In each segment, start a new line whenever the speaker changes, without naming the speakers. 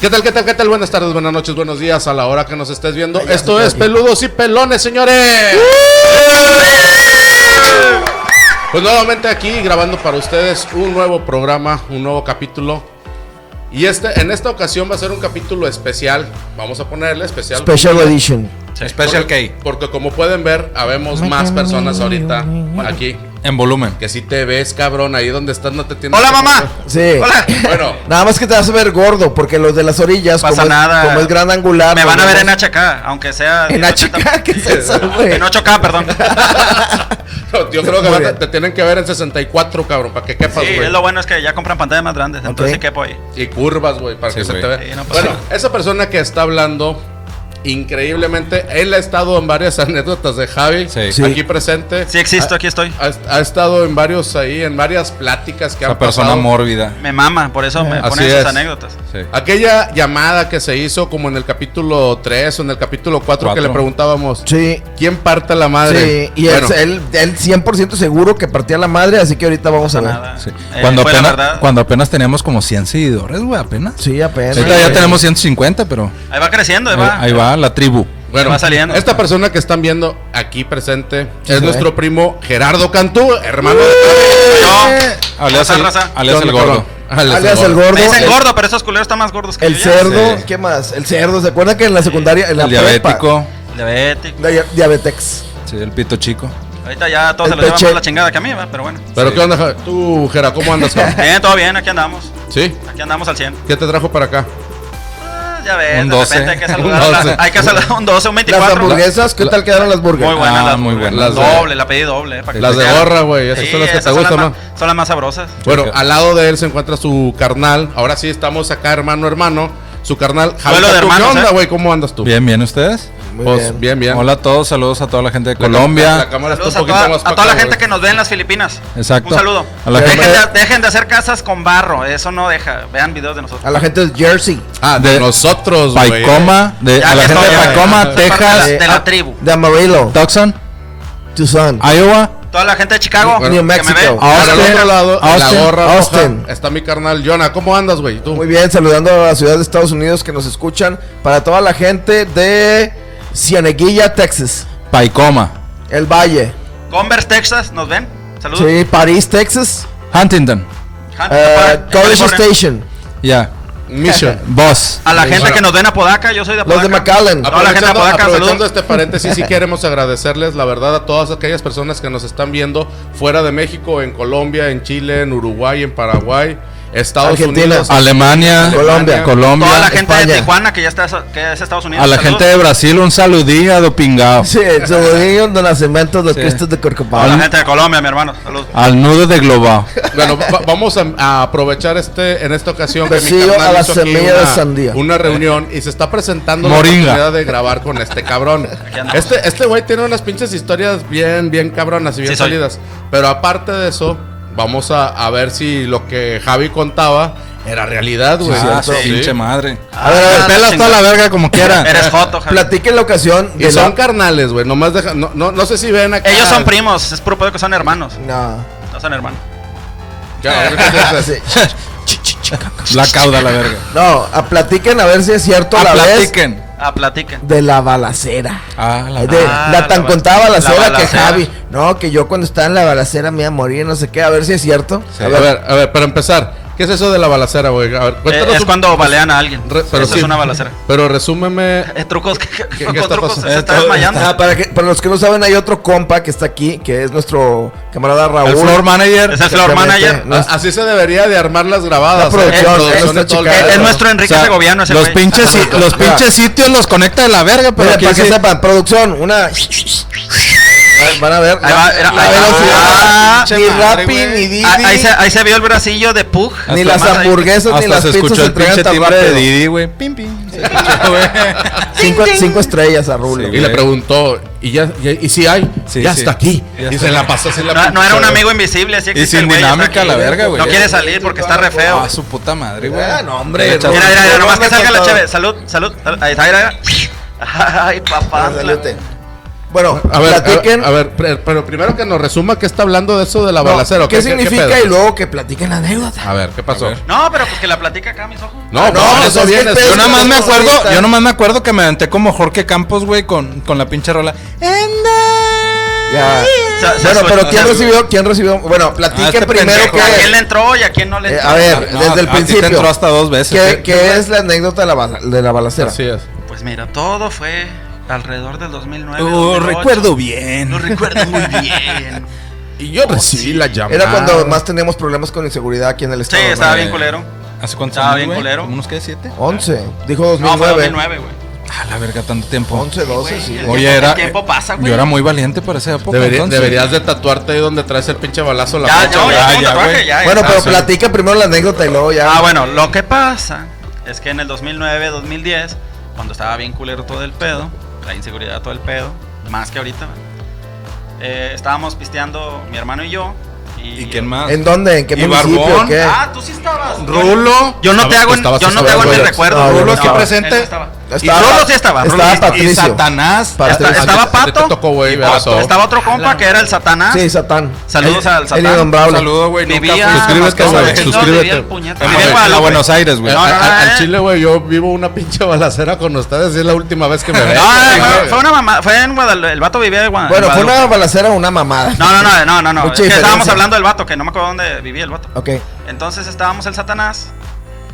¿Qué tal, qué tal, qué tal? Buenas tardes, buenas noches, buenos días a la hora que nos estés viendo. Esto es Peludos y Pelones, señores.
¡Uh!
Pues nuevamente aquí grabando para ustedes un nuevo programa, un nuevo capítulo. Y este, en esta ocasión va a ser un capítulo especial. Vamos a ponerle especial.
Special Edition.
Special K.
Porque como pueden ver, habemos más personas ahorita aquí.
En volumen.
Que si te ves, cabrón, ahí donde estás no te tienes.
¡Hola,
que
mamá!
Sí.
¡Hola!
Bueno,
Nada más que te vas a ver gordo, porque los de las orillas,
Pasa
como,
nada.
Es, como es gran angular. pues
Me van a
nos
ver en
vemos-
HK, aunque sea.
Ah, en
1080p.
HK. ¿Qué es eso, güey? Ah,
En 8K, perdón.
yo creo que
Muy
vas a-
bien.
te tienen que ver en 64, cabrón, para que quepas,
Sí,
güey.
es lo bueno es que ya compran pantallas más grandes, entonces
pues, Ok.
sí quepo ahí.
Y curvas, güey, para que
Sí,
se
güey.
te vea.
Sí, no pasa
bueno,
nada.
esa persona que está hablando, increíblemente, él ha estado en varias anécdotas de Javi,
Sí.
Sí.
aquí presente.
Sí
Ah.
existo, aquí estoy.
Ha, ha estado en varios ahí, en varias pláticas que
Esa
han
persona
pasado.
mórbida.
Me mama, por eso me
Así
ponen
es.
esas anécdotas.
Sí.
Aquella llamada que se hizo como en el capítulo 3 o en el capítulo 4, que
Cuatro.
le preguntábamos,
Sí.
¿quién parte la madre?
Sí, y
Bueno,
él, él, él 100% seguro que partía la madre, así que ahorita vamos a ver.
Nada.
Sí.
Eh,
Cuando,
fue la
apenas,
verdad.
cuando apenas teníamos como 100 seguidores, güey, apenas.
Sí, apenas.
Ahorita ya
güey.
tenemos 150, pero
Ahí va creciendo,
ahí
ahí va.
ahí va la tribu.
bueno,
va saliendo.
esta persona que están viendo aquí presente
Sí,
es
sí.
nuestro primo Gerardo Cantú, hermano de
eh,
Yo,
Alias
Raza,
el,
raza.
alias el
Don
gordo.
Alias,
Alias el gordo.
me dicen
el-
gordo, pero esos culeros están más gordos que
El
yo. ya.
cerdo,
Sí.
¿qué más? El cerdo, ¿se acuerdan que en la secundaria, en la
El diabético.
Diabético.
diabetes.
Sí, el pito chico.
Ahorita ya todos
El
se los llevan
peche.
más la chingada que a mí, ¿va? pero bueno.
Pero
Sí.
qué onda, Javi? tú, Gera, ¿cómo andas? cabrón?
Bien, todo bien, aquí andamos.
¿Sí?
Aquí andamos al 100.
¿Qué te trajo para acá?
Ah, ya ves,
Un
de
12.
repente hay que
Un
saludar. a la-
12.
hay que saludar un 12, un
Las
24.
hamburguesas, ¿qué
la-
tal quedaron las burgers?
Muy buenas.
Ah,
las-
muy buenas.
Las de-
Doble, la pedí doble. eh, para que
Las de
se vean.
gorra, güey, esas
Sí,
son las que te
esas son las
gustan,
más- Son las más sabrosas.
Bueno,
Chica.
al lado de él se encuentra su carnal. Ahora sí estamos acá, hermano, hermano. Su carnal, Javi.
Duelo de
Cantú. ¿Qué
hermanos,
onda,
¿eh?
güey? ¿Cómo andas tú?
Bien, bien, ¿ustedes?
Muy
Pues,
bien.
bien, bien.
Hola a todos, saludos a toda la gente de
La cámara- La
Colombia.
cámara está un
Saludos a
poquito
toda,
más
a toda la gente que nos ve en las Filipinas.
Exacto.
Un saludo.
A la
dejen,
gente-
de, dejen de hacer casas con barro, eso no deja. Vean videos de
A
nosotros.
la gente de Jersey,
Ah, de,
de-
nosotros, güey.
Paicoma, de,
Ya
a la
que
gente de
estoy-
Paicoma,
soy parte de la-
Texas,
De la,
Ah,
tribu.
de Amarillo,
Tucson,
Tucson,
Iowa.
Toda la gente de Chicago.
Bueno,
que
New
me ve.
Mexico.
Para el
Austin,
otro lado, en
Austin,
la gorra roja,
Austin.
está mi carnal Jonah. ¿Cómo andas, güey? ¿Tú?
Muy bien, saludando a la ciudad de Estados Unidos que nos escuchan. Para toda la gente de Cieneguilla, Texas.
Paicoma,
El Valle.
Converse, Texas, ¿nos ven? Saludos.
Sí, París, Texas.
Huntington,
Huntington
eh,
Park,
College
Ah, California.
Station.
ya,
Mission.
Boss.
A la gente
Bueno.
que nos ven a Podaca, yo soy de
Los
Apodaca.
de McAllen.
Toda la gente de
Aprovechando,
Apodaca,
aprovechando
saludos.
este paréntesis, sí queremos agradecerles, la verdad, a todas aquellas personas que nos están viendo fuera de México, en Colombia, en Chile, en Uruguay, en Paraguay, Estados
Argentina.
Unidos.
Alemania,
Colombia.
Colombia,
Toda la gente
España.
de Tijuana que ya está que es Estados Unidos.
a la gente de Brasil, un saludillo do pingao.
Sí, saludillo de nacimiento de
Sí.
Cristo de
Toda la
Corcopán.
gente de Colombia, mi hermano. Saludos.
Al nudo de Global.
Bueno, va- vamos a, a aprovechar este en esta ocasión que mi
Besillo
carnal
a la
hizo aquí
semilla de
una-
sandía.
Una reunión y se está presentando
Moringa.
la oportunidad de grabar con este cabrón.
andamos.
Este este güey tiene unas pinches historias bien bien cabronas y bien
Sí, soy.
salidas, pero aparte de eso, vamos a, a ver si lo que Javi contaba era realidad, güey.
Ah, su
Sí.
pinche madre.
A ver, a ver,
Ah,
Pelas toda la verga como quiera.
Eres joto, Javi.
Platiquen la ocasión
Y
de
son
la...
carnales, güey, nomás deja no, no, no sé si ven acá.
Ellos son primos, es puro pedo que son hermanos.
No.
No son hermanos.
Ya, ahorita
Sí.
te-
La cauda la verga.
No, a platiquen a ver si es cierto
Ah,
la vez
platiquen.
Ah, platiquen.
de la balacera.
Ah, la
De,
Ah,
la tan
la
contada
bala-
balacera,
la
que
balacera.
Javi. No, que yo cuando estaba en la balacera me iba a morir, no sé qué. A ver si es cierto.
Sí.
A ver, a ver, para empezar, ¿qué es eso de la balacera, güey? A ver,
Eh,
cuéntanos
es
un-
cuando balean a alguien.
Re- pero
Eso
sí.
es una balacera.
Pero resúmeme
Eh, trucos que, que-
¿Qué-
con
qué está
trucos
pasando?
se está
Eh, todo-
desmayando.
Ah, para, que, para los que no saben, hay otro compa que está aquí, que es nuestro camarada Raúl.
El floor manager.
Es el floor
Exactamente.
manager. Ah,
No,
A- Así se debería de armar las grabadas.
La producción,
¿eh?
eh,
Producción
nuestra
y todo el
chica-
pedo.
es nuestro Enrique
O sea,
Segoviano ese
los
güey.
pinches, si- los
Mira.
pinches sitios los conecta de la verga, pero
Mira,
aquí
para que
sí-
sepan, producción, una. Van a ver.
Ahí va, era-
la
ahí va.
velocidad.
Ah,
ni
pinche madre,
Rappi,
güey.
ni Didi,
Ah, ahí, se, ahí se vio el bracillo de Pug.
ni
hasta
las
más-
hamburguesas, ni
Hasta
las
se
pizzas
escuchó
se
el pinche
entregan tan
timbre de
rápido.
Didi, güey. Pim, pim. Se escuchó, güey.
Cinco, cinco estrellas a Rulo.
Sí.
Y le preguntó, ¿y, ya, ya- y si hay?
Sí,
ya
sí.
está aquí.
Ya
y
está.
se la pasó así la
No, no
pinche-
era un amigo invisible, sí existe
sin
el güey,
dinámica
está aquí.
la verga, güey.
No quiere salir porque está re feo.
Ah, su puta madre, güey.
Ah, no, hombre,
Mira,
no.
Mira,
chaval.
mira, mira,
No,
nomás
no,
que
no,
salga la
no.
cheve. Salud, salud, salud. Ahí está, mira, mira. Ay, papá.
Salute. Bueno,
A ver,
platiquen.
a, a ver, pre- pero primero que nos resuma qué está hablando de eso de la
No,
balacera. ¿o
¿Qué, significa?
pedo?
y luego que platiquen la anécdota.
A ver, ¿qué pasó?
A ver.
No, pero pues que la platica acá, mis ojos.
No,
no,
no,
pues
eso
es que
viene.
el pedo-
yo
Yo nada más me acuerdo,
Ahorita.
yo nada más me acuerdo que me aventé como Jorge Campos, güey, con, con la pinche rola. Anda.
Ya.
Se- se
Bueno,
suelta,
pero ¿quién
se-
recibió? ¿Quién recibió? Bueno, platiquen
este
primero
pendejo.
¿A quién le
que.
entró y a quién no le
Eh,
entró?
a ver,
No,
desde el
a ti te
principio.
entró hasta dos veces,
¿Qué,
¿eh?
qué es la anécdota de la, bala- de la balacera?
Así es.
Pues mira, todo fue alrededor del 2009.
Lo
2008.
recuerdo bien.
Lo recuerdo muy bien.
Y yo recibí la llamada.
Era cuando más teníamos problemas con inseguridad aquí en el
Sí,
estado.
estaba bien
eh,
culero.
¿Hace cuántos
Estaba
años,
bien
güey?
culero.
¿Unos qué? ¿Siete?
11. Dijo
No, fue
2009.
2009, güey.
11. A la verga, tanto tiempo.
11, 12,
Güey,
sí.
el
güey.
Oye,
tiempo-
era.
el tiempo pasa, güey.
yo era muy valiente para esa época.
Debería-
entonces.
deberías de tatuarte ahí donde traes el pinche balazo la Ah,
Ya,
fecha,
no,
¿verdad?
ya,
ya,
tengo
ya,
tatuaje,
güey.
ya,
Bueno,
ya.
pero
sí.
platica primero la anécdota y luego ya.
Ah, bueno, lo que pasa es que en el 2009, 2010, cuando estaba bien culero todo el pedo, la inseguridad todo el pedo, más que ahorita, eh, estábamos pisteando mi hermano y yo. ¿Y,
¿Y quién más?
¿En dónde? ¿En qué
¿Y
municipio?
Barbón?
o ¿Qué?
Ah, tú sí estabas.
Rulo.
Yo no te
Sabes
hago
que
en,
estabas
yo no
hasta
te hago en
abajo
mi
de-
recuerdo.
No, yo no
Rulo
estaba.
estaba.
presente.
Él estaba.
Estaba-
y Rulo sí estaba. Rulo
estaba
sí estaba.
Y
Patricio.
Satanás.
Pa-
Esta-
Patricio.
A
estaba
ti- a ti te
Pato.
tocó, güey,
y
ver,
otro-
so.
estaba otro compa que era el Satanás. Pues
Sí, Satán.
Saludos al
El
Satanás.
Idon Braulio.
Saludo, güey. nunca
Vivía-
fui.
Suscríbete,
No,
güey,
güey.
suscríbete.
vivía el puñeta.
En
Vivía en
Guadalajara,
Guadalupe.
Ah, Buenos Aires, güey. Ah,
Eh,
No,
a-
no,
a-
eh.
al Chile, güey, yo vivo una pinche balacera con ustedes y es la última vez que me ven.
Ah,
güey.
fue- fue una mamá, fue en Guadalupe, el vato vivía en Guada-
Bueno, fue
Guadalupe.
una balacera o una mamada.
No, no, no, no, no, no.
Mucha
Es que estábamos
diferencia.
hablando del vato, que no me acuerdo dónde vivía el vato.
Ok.
Entonces estábamos el Satanás,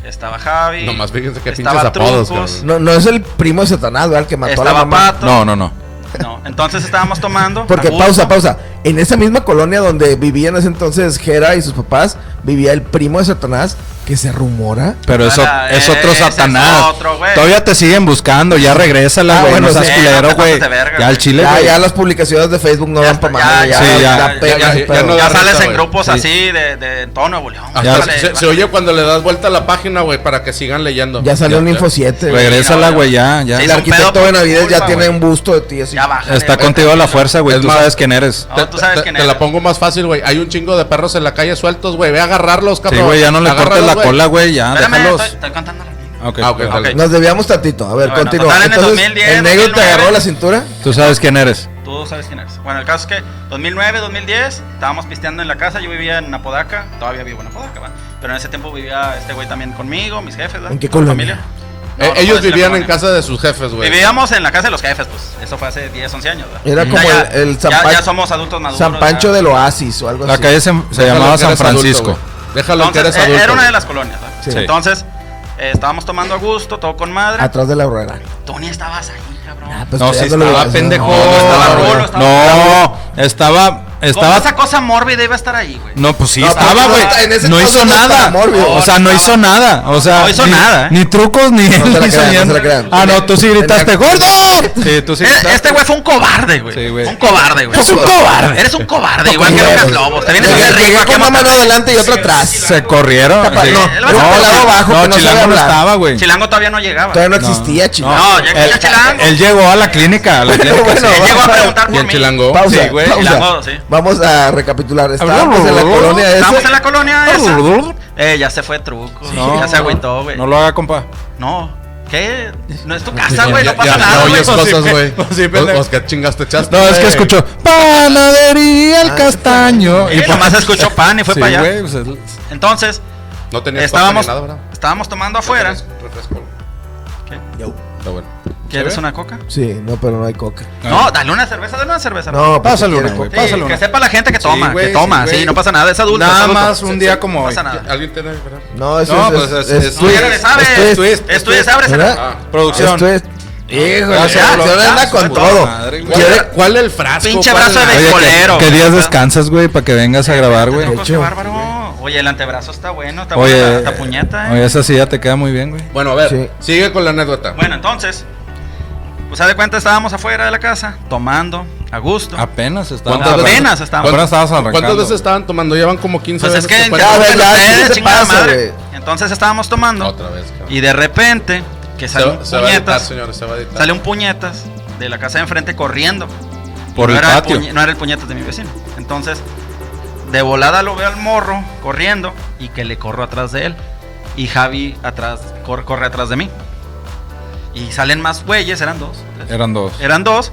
estaba Javi.
Nomás fíjense qué
estaba
pinches apodos,
Trucos,
cabrón.
No, no es el primo de Satanás, ¿verdad? El que mató a la
Estaba
mamá.
Pato.
No, no, no.
No, entonces estábamos tomando.
Porque
a gusto.
pausa, pausa. En esa misma colonia donde vivían ese entonces Jera y sus papás, vivía el primo de Satanás que se rumora.
Pero eso
Para-
es otro
ese es
Satanás.
otro, güey.
Todavía te siguen buscando. Ya regresa
Ah,
la güey.
bueno,
No seas
sí.
No
culero,
te
güey.
pases de verga,
Ya
güey.
al chile,
Ya,
güey.
ya las publicaciones de Facebook no
Ya
dan
está,
para madre. Ya,
ya,
sí, ya,
ya pega,
ya,
sí,
ya,
pero-
ya no
Ya
da risa,
sales en
güey.
grupos
Sí.
así de, de en todo Nuevo León.
Hasta
Ya,
se,
Órale,
se-
va.
se oye cuando le das vuelta a la página, güey, para que sigan leyendo.
ya salió un Info
Regresa.
7.
Regrésala, güey, ya, ya.
Sí,
El
es un
arquitecto
pedo,
Benavides ya
disculpa,
tiene
güey.
un busto de ti así.
Ya bájale,
Está
güey.
contigo la fuerza, güey.
Es
Tú
más-
sabes quién eres.
No, tú sabes
te,
quién
te
eres.
la pongo más fácil, güey. Hay un chingo de perros en la calle sueltos, güey. Ve a agarrarlos,
Sí,
cabrón.
güey, ya no le
Agárralos,
cortes la
güey.
cola, güey. Ya,
Espérame,
Ah, déjalos.
estoy, estoy contando la mía.
Ok,
Ah, ok,
ok.
dale.
Nos debíamos tantito. A ver,
Bueno,
continúa.
total, en el
Entonces,
2010,
el negro te
2009.
agarró la cintura.
Tú sabes quién eres.
Tú sabes quién eres. Bueno, el caso es que 2009, 2010, estábamos pisteando en la casa. Yo vivía en Apodaca. Todavía vivo en Apodaca, ¿va? Pero en ese tiempo vivía este güey también conmigo, mis jefes, ¿va?
¿En qué
Con la
colonia?
No,
Eh,
no puedo
ellos
decir la
vivían en
colonia.
casa de sus jefes, güey.
Vivíamos en la casa de los jefes, pues. Eso fue hace 10, 11 años, ¿va?
Era
Ya,
como
ya,
el- el San
ya-
Pan-
ya somos adultos maduros.
San Pancho
ya.
del Oasis o algo
La
así.
calle se, se
Déjalo
llamaba
que
San
eres adulto,
Francisco.
güey. Déjalo que eres
Entonces, eh,
adulto.
era una de
güey.
las colonias, ¿va?
Sí. Ah.
Entonces, eh, estábamos tomando a gusto, todo con madre.
Atrás de la horrera.
Tony estabas ahí, cabrón.
Ah, pues
no,
ya
sí
lo
estaba
digas,
pendejo.
no,
No, no estaba
güey.
Rulo, estaba-
No, estaba.
Como
Estaba.
esa cosa mórbida iba a estar ahí, güey.
No, pues sí,
No,
estaba,
pero
güey.
en ese
No
entonces
hizo
no estaba
nada.
mórbido.
O sea, no
No,
hizo nada. O sea,
No hizo
ni-
nada, ¿eh?
Ni trucos ni
No se
él
la
hizo
crean,
ni
no
él.
se la crean.
Ah, no, tú sí gritaste,
Tenía-
¡Gordo! Sí, tú sí
Eh,
gritaste.
Este güey fue un cobarde, güey.
Sí, güey.
Un cobarde, güey.
Es un cobarde.
Eres un cobarde, igual que Lucas Lobos. Te vienes a ver
Llegué
rico aquí a
con una mano
matar.
adelante y otra atrás.
Se corrieron.
Tapa-
sí.
no,
él va a ser pelado
bajo,
no,
que no sabe
Chilango no
hablar.
estaba, güey.
Chilango todavía no llegaba.
Todavía no existía, chico.
No, ya existía
él,
Chilango.
Eh, él llegó a la clínica. a la clínica,
bueno,
sí.
Él Eh, llegó a preguntar
Y
por
el
mí.
chilango.
Pausa,
Sí, güey,
pausa.
la modo, sí.
Vamos a recapitular. Estábamos en la
Estamos
colonia esa.
Estamos en la colonia esa. Eh, ya se fue truco.
No,
ya se agüitó, güey.
No
No,
lo haga, compa.
¿Qué? No es tu casa,
Ya-
güey.
ya-
No pasa
ya-
nada,
ya
güey.
oyes
Pues sí,
cosas, güey.
pues sí, pendejo.
Oscar, chingaste, echaste.
No, es que
Eh.
güey.
escuchó panadería
Ah,
el castaño.
Y nomás escuchó pan y fue
Sí,
para allá.
güey, pues, el-
Entonces,
No tenías
estábamos,
papa ni nada, ¿verdad?
estábamos tomando afuera.
Tenías refresco.
¿Qué?
Yo.
Está bueno.
¿Quieres
¿Se ve?
una coca?
Sí, no, pero no hay coca.
No, dale una cerveza, dale una cerveza.
No, pues,
Pásale
si
una,
quiere
güey.
coca.
Sí,
Pásale
que
una.
sepa la gente que toma,
Sí, güey,
que toma,
sí,
sí,
güey.
no pasa nada, es adulto.
Nada
es adulto.
más un día como
no
hoy.
pasa nada.
¿Alguien tiene, verdad?
No, eso
No,
es.
pues, es- es-
No, ya no le
twist,
sabes.
es twist,
twist,
Es
twist.
twist, ábresela.
¿Verdad?
Producción.
Es twist. Híjole,
Ya,
la
ya,
producción
ya,
anda
ya,
con
ya,
todo.
madre, güey.
¿Cuál era- ¿Cuál el frasco?
Pinche
¿Cuál
brazo de
la-
Oye,
Colero,
¿qué, qué días
¿verdad?
descansas, güey? Para que vengas a grabar, güey.
Truco, qué bárbaro. Oye, el antebrazo está bueno, está buena la-
Oye,
la puñeta. eh.
oye, esa silla te queda muy bien, güey.
Bueno, a ver,
Sí.
sigue con la anécdota.
Bueno, entonces, pues haz de cuenta estábamos afuera de la casa, tomando, a gusto.
Apenas estaba.
¿Cuántas veces-
Apenas estábamos.
Apenas estabas arrancando.
¿Cuántas veces estaban tomando? Llevan como 15
Pues es
veces.
que
fue-
ya,
interrumpen
a ver, ya,
ustedes,
¿qué te
chingada
pasa,
madre.
güey?
Entonces estábamos tomando
Otra vez, cabrón.
y de repente que
Se,
salen
va- se va a editar,
puñetas,
señores, se va a editar.
sale un puñetas de la casa de enfrente corriendo.
Por
no
el
era
patio.
puñe- no era el puñetas de mi vecino. Entonces, de volada lo veo al morro corriendo y que le corro atrás de él. Y Javi atrás, cor- corre atrás de mí. Y salen más güeyes, eran dos. tres.
Eran dos.
Eran dos.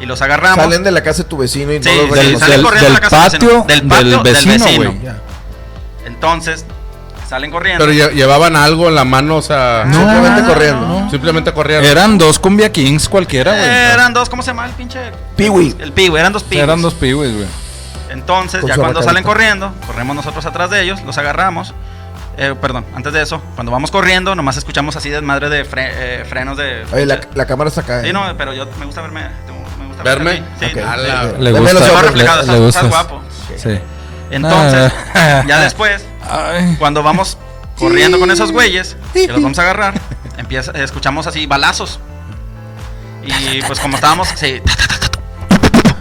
Y los agarramos.
Salen de la casa de tu vecino y
Sí,
no los
sí,
Del,
reconoces.
salen
del-
corriendo a
del
la casa del
patio,
vecino.
del
Del patio, del
vecino,
vecino.
güey. ya.
Entonces, salen corriendo.
Pero lle- llevaban algo en la mano, o sea,
No,
Simplemente
no,
corriendo.
no.
simplemente corrieron.
Eran dos cumbia kings cualquiera, güey.
Eh, eran dos, ¿cómo se llama el pinche?
Piwi.
El piwi, eran dos piwis.
Eran dos piwis, güey.
Entonces,
Con
ya
su
cuando
arracadita.
salen corriendo, corremos nosotros atrás de ellos, los agarramos. Eh, perdón, antes de eso, cuando vamos corriendo, nomás escuchamos así desmadre de fre- eh, frenos de.
Oye, la, la cámara está acá.
Sí,
eh.
no, pero yo me gusta verme. tengo- Me gusta
¿Verme?
verme así. Sí,
Ok. A la-
Eh,
Le
dame
gusta,
los
Estaba
ojos.
reflejado,
Le-
estás,
le
estás
gustas.
guapo.
Sí.
Entonces,
Ah.
ya después,
Ay.
cuando vamos corriendo con esos güeyes, que los vamos a agarrar, empieza, escuchamos así balazos. Y pues como estábamos, sí.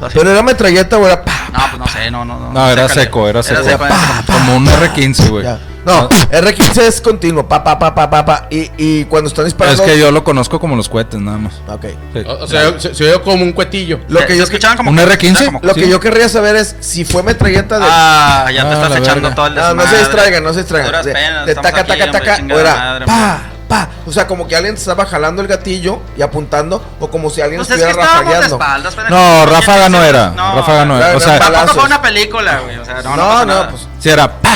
Así.
Pero era metralleta, güey. era pa,
No, pues no sé, no, no, no.
No, era
Chécale.
seco, era seco.
era
Como un R15, güey.
ya. No, R15 es continuo. Pa, pa, pa, pa, pa, pa. Y, y cuando están
Pero es
disparando.
que yo lo conozco como los cohetes, nada más.
Ok.
Sí.
O, o sea, se, se oyó como un cuetillo.
Lo
Se-
que
se
yo-
escuchaban como
¿Un
que-
R15?
como-
Lo que
Sí.
yo querría saber es si fue metralleta de.
Ah, ya te
Ah,
estás
la
echando
verga.
todo el
no, no se
desmadre.
distraigan, no se distraigan.
Duras
De,
penas,
de
estamos
taca,
aquí,
taca,
hombre,
taca.
chingada
O
madre,
era pa,
hombre.
pa. O sea, como que alguien estaba jalando el gatillo y apuntando. O como si alguien
Pues es que
estuviera
estábamos de
rafaleando.
espaldas. pero-
No, Ráfaga no era. Ráfaga no era. O
Ráfaga.
sea,
Tampoco
balazos.
fue una película, güey. O sea,
No,
no, no, pasa
no,
nada.
pues.
si era pa.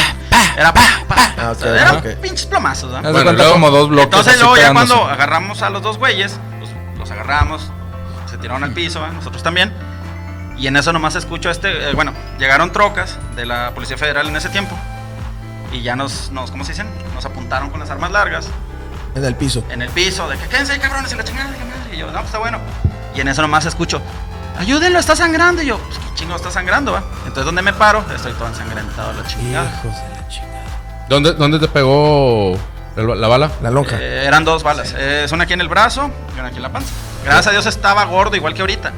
Era pa, pa.
Ah, ok,
o sea, eran
ok.
pinches plomazos, ¿no?
Haz de
Bueno,
cuenta
luego-
como dos bloques.
Entonces
así
luego ya
pegándose.
cuando agarramos a los dos güeyes, pues, los agarramos, se tiraron al piso, ¿eh? nosotros también. Y en eso nomás escucho este, eh, bueno, llegaron trocas de la Policía Federal en ese tiempo. Y ya nos, nos, ¿cómo se dicen? Nos apuntaron con las armas largas
En el piso.
en el piso, de que quédense ahí, cabrones, y la chingada, y la madre". Y yo, no, pues está bueno. Y en eso nomás escucho, ayúdenlo, está sangrando. Y yo, pues qué chingo está sangrando, va. Entonces, ¿dónde me paro? Estoy todo ensangrentado, la chingada.
¿Dónde, dónde te pegó el- la bala?
La lonja.
Eh, eran dos balas. Eh, es una aquí en el brazo y una aquí en la panza. Gracias a Dios estaba gordo, igual que ahorita.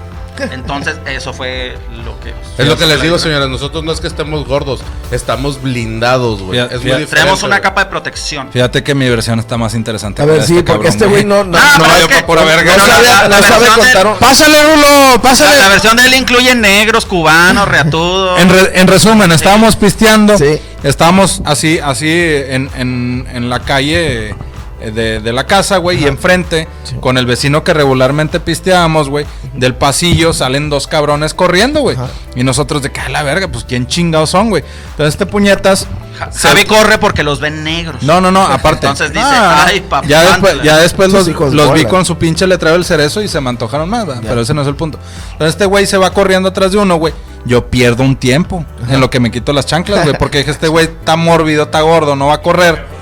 Entonces, eso fue lo que.
Es lo que les digo, señores. Nosotros no es que estemos gordos, estamos blindados, güey.
Fíjate,
Es muy
fíjate.
diferente.
Traemos una
güey.
capa de protección.
Fíjate que mi versión está más interesante.
A
que la
ver,
de
sí, porque
cabrón,
este güey no. No,
Ah,
no,
pero
yo
es que-
pa' pura verga.
no
pero
sabe,
la-
no
la
sabe
versión
contar.
del-
un-
¡Pásale, Rulo!
La,
¡Pásale!
la versión de él incluye negros, cubanos, reatudos.
En, re- en resumen, estábamos pisteando.
Sí.
Estábamos así, así en, en- en la calle eh, de, de la casa, güey. Y enfrente, con el vecino que regularmente pisteábamos, güey. Del pasillo salen dos cabrones corriendo, güey.
Ajá.
Y nosotros de que a la verga, pues quién chingados son, güey. Entonces este puñetas.
Ja- Javi corre porque los ven negros.
No, no, no, aparte.
Entonces dice,
No, no, no.
"Ay, papá,
Ya después,
ándale".
ya después
Esos
los,
hijos
los vi
bolas.
con su pinche letrero del cerezo y se me antojaron más, ¿verdad?
Ya.
pero ese no es el punto. Entonces este güey se va corriendo atrás de uno, güey. Yo pierdo un tiempo en lo que me quito las chanclas, güey, porque dije, este güey está mórbido, está gordo, no va a correr.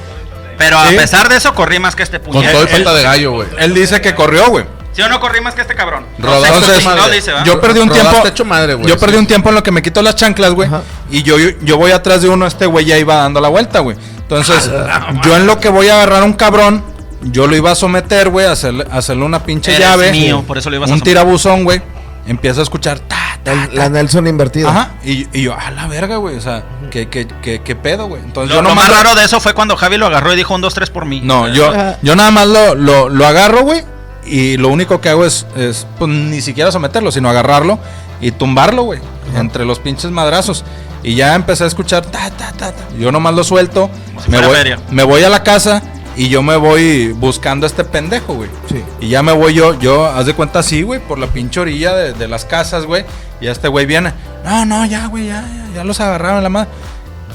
Pero a
Sí.
pesar de eso, corrí más que este
Con todo
puñet.
y pata de gallo, güey.
Él dice que corrió, güey.
Si yo no corrí más que este cabrón.
Rodaste
No sé,
Entonces,
hecho madre.
chingado dice, ¿va?
yo perdí un
Rodaste
tiempo.
hecho madre, güey.
yo perdí
Sí.
un tiempo en lo que me quito las chanclas, güey.
Ajá.
Y yo, yo voy atrás de uno, este güey ya iba dando la vuelta, güey. Entonces, yo en lo que voy a agarrar a un cabrón, yo lo iba a someter, güey, a hacerle, a hacerle una pinche
Eres
llave.
mío, por eso lo ibas a
Un
someter.
tirabuzón, güey. Empiezo a escuchar. Ta, ta,
El- La Nelson invertida.
Ajá. Y, y yo, a la verga, güey. O sea, ¿qué, qué, qué, qué pedo, güey? Entonces,
Lo,
yo
lo
nomás-
más raro de eso fue cuando Javi lo agarró y dijo un, dos, tres por mí.
No, yo, yo nada más lo, lo, lo agarro, güey. Y lo único que hago es, es, pues, ni siquiera someterlo, sino agarrarlo y tumbarlo, güey. Entre los pinches madrazos. Y ya empecé a escuchar, ta, ta, ta, ta. Yo nomás lo suelto.
Como si
Me
fuera
voy,
feria.
me voy a la casa y yo me voy buscando a este pendejo, güey.
Sí.
Y ya me voy yo, yo, haz de cuenta así, güey, por la pinche orilla de, de las casas, güey. Y este güey viene. No, no, ya, güey, ya, ya, ya los agarraron la madre.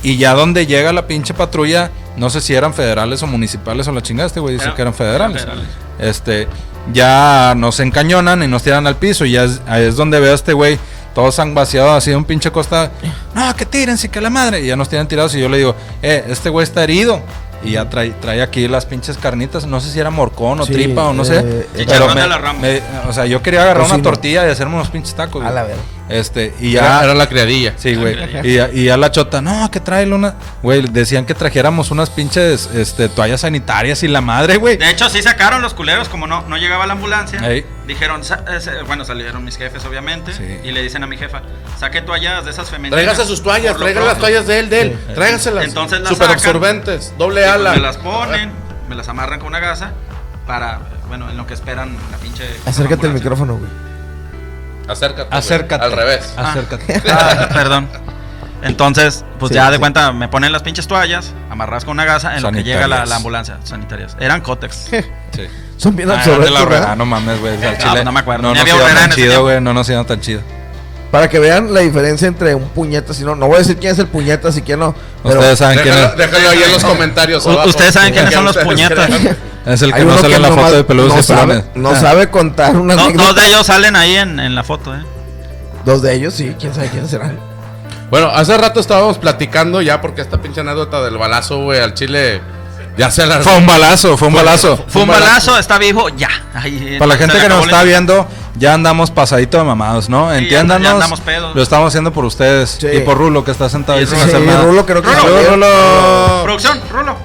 Y ya donde llega la pinche patrulla, no sé si eran federales o municipales o la chingada, este güey dice
Era-
que eran federales.
eran federales.
Este, ya nos encañonan y nos tiran al piso. Y ya es, ahí es donde veo a este güey, todos han vaciado así de un pinche costado. No, que tírense, que la madre. Y ya nos tiran tirados. Y yo le digo, eh, este güey está herido. Y ya trae, trae aquí las pinches carnitas. No sé si era morcón o
Sí,
tripa o no sé.
eh,
Pero
Chicharrón
me-
de la rama.
me- o sea, yo quería agarrar una
Tocino.
tortilla y hacerme unos pinches tacos.
A la
güey.
verga.
Este, y
Ya
ya.
era la criadilla.
Sí, güey. Y, ya- y ya la chota, no, que tráele una. Güey, decían que trajéramos unas pinches este, toallas sanitarias y la madre, güey.
De hecho, sí sacaron los culeros, como no, no llegaba la ambulancia.
Ey.
Dijeron, sa- eh, se- bueno, salieron mis jefes, obviamente.
Sí.
Y le dicen a mi jefa, saque toallas de esas femeninas.
Tráigase sus toallas,
Por lo
traigan las
pronto".
toallas de él, de él. Tráigaselas.
Entonces las
Super
sacan.
absorbentes,
Y
doble
pues
ala.
Me las ponen, me las amarran con una gasa para, bueno, en lo que esperan la pinche.
Acércate al
ambulancia.
micrófono, güey.
Acércate. güey.
Acércate.
Al revés.
Acércate.
Ah, perdón. Entonces, pues
Sí,
ya de
sí.
cuenta, me ponen las pinches toallas, amarras con una gasa, en lo que llega la,
Sanitarias.
la ambulancia, sanitarias. Eran cótex.
Sí.
Son bien
Ah,
absorbentos,
de la
¿verdad?
Herrera, no mames, güey. al
Eh, No,
chile
no me acuerdo,
No
ni
nos
había
iba
Herrera
tan
en ese
chido,
tiempo.
güey. No nos iba tan chido.
Para que vean la diferencia entre un puñetas y no. No voy a decir quién es el puñetas y quién no. Pero
Ustedes saben quién
Déjalo,
es.
déjalo ahí en los comentarios.
U-
abajo.
ustedes saben quiénes son los
Ustedes
puñetas.
creen.
Es el
hay
que no
uno
sale en la
nomás
foto de peludos
no
y
sabe,
pelones.
no
Ah.
sabe contar una
No,
anécdota.
dos de ellos salen ahí en, en la foto, ¿eh?
Dos de ellos, sí. ¿Quién sabe quiénes serán?
Bueno, hace rato estábamos platicando ya porque esta pinche anécdota del balazo, güey, al chile ya se la...
Fue un balazo, fue un balazo.
Fue un balazo, está vivo, ya. Ahí,
Para la
se
gente
le
que nos
acabó
está
el-
viendo, ya andamos pasadito de mamados, ¿no?
Sí, ya-
Entiéndanos.
ya andamos pedos.
Lo estamos haciendo por ustedes.
Sí.
Y por Rulo, que está sentado ahí
Y
sin
Rulo.
hacer
Sí,
nada.
Rulo, creo que
Rulo.
salió.
Ah, Rulo.
Producción, Rulo.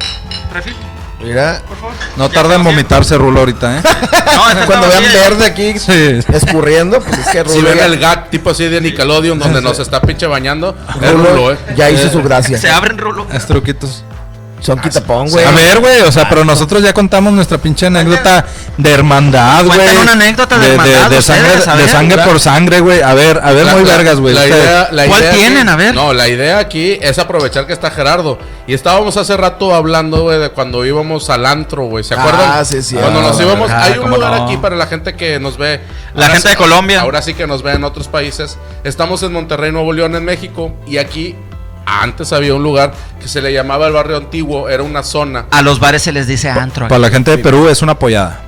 Refil,
Mira,
por favor.
No
Ya
tarda en
estamos bien.
vomitarse Rulo ahorita, ¿eh?
No, este
cuando
estaba
vean
bien.
verde aquí
Sí.
escurriendo, pues es que Rulo,
Si ven
ya,
el gat tipo así de Nickelodeon donde nos está pinche bañando, es
Rulo
Rulo, eh.
ya hizo su gracia.
Se abren Rulo.
Es truquitos.
Son quitapón, güey.
A ver, güey, o sea, pero nosotros ya contamos nuestra pinche anécdota de hermandad, güey.
Cuenten una anécdota de hermandad,
de,
ustedes,
sangre,
a ver.
de sangre por sangre, güey. A ver, a ver,
La-
muy
la-
vergas, güey. Este,
la
ustedes.
idea- la
¿Cuál
idea aquí-
tienen? A ver.
No, la idea aquí es aprovechar que está Gerardo. Y estábamos hace rato hablando, güey, de cuando íbamos al antro, güey. ¿Se
Ah,
acuerdan?
sí, sí.
Cuando
Ah,
nos
la
íbamos.
verdad,
hay un
cómo
lugar
no.
aquí para la gente que nos ve.
La
Ahora
gente
sí-
de Colombia.
Ahora sí que nos ve en otros países. Estamos en Monterrey, Nuevo León, en México. Y aquí antes había un lugar que se le llamaba el barrio antiguo. Era una zona.
A los bares se les dice antro.
Para la gente de Perú es una pollada.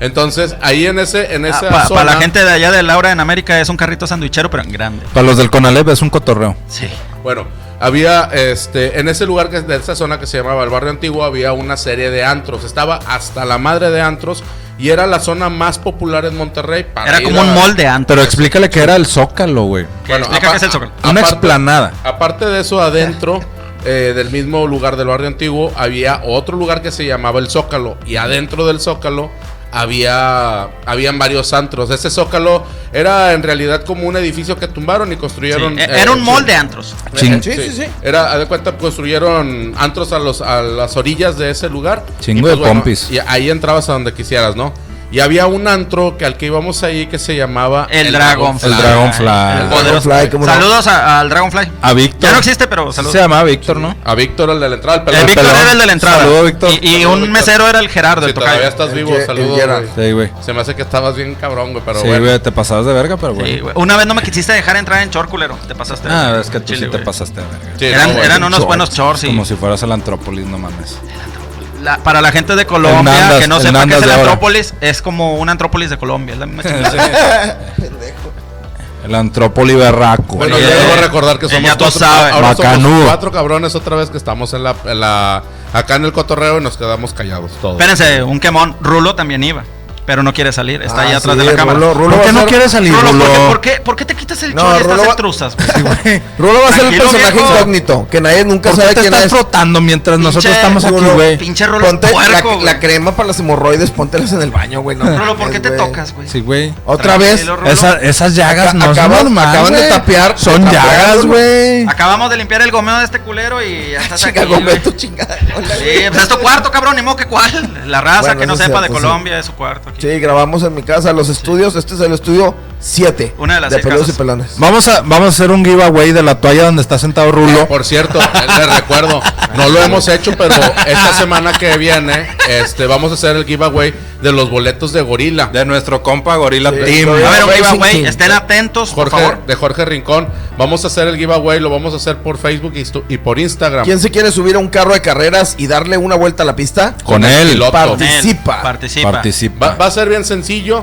Entonces, ahí en ese, en esa
Para
zona.
Ah, la gente de allá de Laura en América es un carrito sandwichero, pero en grande.
Para los del Conalep es un cotorreo.
Sí.
Bueno, había este en ese lugar que de esa zona que se llamaba el barrio antiguo había una serie de antros, estaba hasta la madre de antros y era la zona más popular en Monterrey para
Era
ir
como
a-
un molde antro.
Pero explícale que era el Zócalo, güey.
Bueno,
Explica
apa-
qué es el Zócalo.
a-
Una
aparte-
explanada.
Aparte de eso adentro eh, del mismo lugar del barrio antiguo había otro lugar que se llamaba el Zócalo y adentro del Zócalo había habían varios antros. Ese Zócalo era en realidad como un edificio que tumbaron y
Sí,
construyeron
e-
eh,
Era un
sí.
molde antros.
Ching-
Sí, sí, sí.
Era, haz de cuenta, construyeron antros a, los, a las orillas de ese lugar.
Chingo
Y, pues
de pompis.
Y ahí entrabas a donde quisieras, ¿no? Y había un antro que al que íbamos ahí que se llamaba...
El, Dragonfly.
El Dragonfly.
El poderoso.
Dragonfly, ¿cómo no?
Saludos a- al Dragonfly.
A Víctor.
Ya no existe, pero
Sí
saludos.
Se llamaba Víctor, ¿no?
A Víctor, el de la entrada, el pelón.
el Víctor
pelón.
era el de la entrada.
Saludos, Víctor.
Y, y
Saludos,
un
Víctor.
mesero era el Gerardo,
Si
el
todavía
tocayo.
estás
El
vivo,
Ye- el
saludos.
Gerard.
güey.
Sí, güey.
Se me hace que estabas bien cabrón, güey, pero
Sí,
bueno.
güey, te pasabas de verga, pero
Sí,
güey.
güey. Una vez no me quisiste dejar entrar en short, culero. Te pasaste. de
Ah,
verga.
es que tú
Chile,
sí te
güey.
pasaste de verga.
Sí,
Eran,
no, güey.
eran unos
Shorts,
buenos shorts. y-
Como si fueras el Antrópolis, no mames.
la- para la gente de Colombia
El Nandas,
que no
el
sepa qué
Nandas
es el
de ahora.
Antrópolis, es como un Antrópolis de Colombia. Es la misma chingada.
El Antrópolis berraco.
Bueno,
Oye,
ya debo
eh,
recordar que
eh,
somos
ya tú
cuatro,
sabes.
ahora somos
Macanudo.
cuatro cabrones otra vez que estamos en la, en la- acá en el cotorreo y nos quedamos callados todos.
Espérense, un quemón. Rulo también iba, pero no quiere salir. Está
Ah,
ahí atrás
sí,
de la cámara.
Rulo, Rulo
¿Por
va
qué
a
no
ser-
quieres salir,
Rulo, ¿por qué-
Rulo?
¿por, qué, por qué te quitas el
No,
chor y
Rulo
estás
va-
en truzas? güey?
Rulo va a ser el
Tranquilo,
personaje
viejo.
incógnito, que nadie nunca
¿Por
sabe
qué te
quién
estás
es.
frotando mientras nosotros
Pinche
estamos aquí,
Rulo.
güey?
Pinche Rulo
Ponte
puerco,
la,
güey.
la crema para las hemorroides, póntelas en el baño, güey. no
Rulo, ¿por
mames,
qué te
güey.
tocas, güey?
Sí, güey.
Otra vez.
Tranquilo, Rulo.
Esa- esas llagas
Aca-
no
acaban-
son normal,
acaban de
güey.
tapear-
Son
de tapear,
llagas,
Rulo.
güey.
Acabamos de limpiar el gomeo de este culero y ya estás aquí,
Chica,
güey.
come tu chingada. cola,
Sí,
güey.
pues es tu cuarto, cabrón, ni modo que cuál. La raza
Bueno,
que no
eso es
sepa
cierto,
de
sí.
Colombia es su cuarto aquí.
Sí, grabamos en mi casa los estudios. Este es el estudio 7.
Una de las
De
seis
peludos y
casas.
pelones.
Vamos a, vamos a hacer un giveaway de la toalla donde está sentado Rulo.
Por cierto, les recuerdo, no lo hemos hecho, pero esta semana que viene, este, vamos a hacer el giveaway de los boletos de Gorila.
De nuestro compa Gorila
Sí,
Team.
lo
A ver, un
Racing
giveaway,
King.
estén atentos, por
Jorge,
favor.
de Jorge Rincón. Vamos a hacer el giveaway, lo vamos a hacer por Facebook y, estu- y por Instagram.
¿Quién se quiere subir a un carro de carreras y darle una vuelta a la pista?
Con
el
él.
piloto.
Parte.
Con él,
participa.
Participa.
Participa.
Va, va a ser bien sencillo.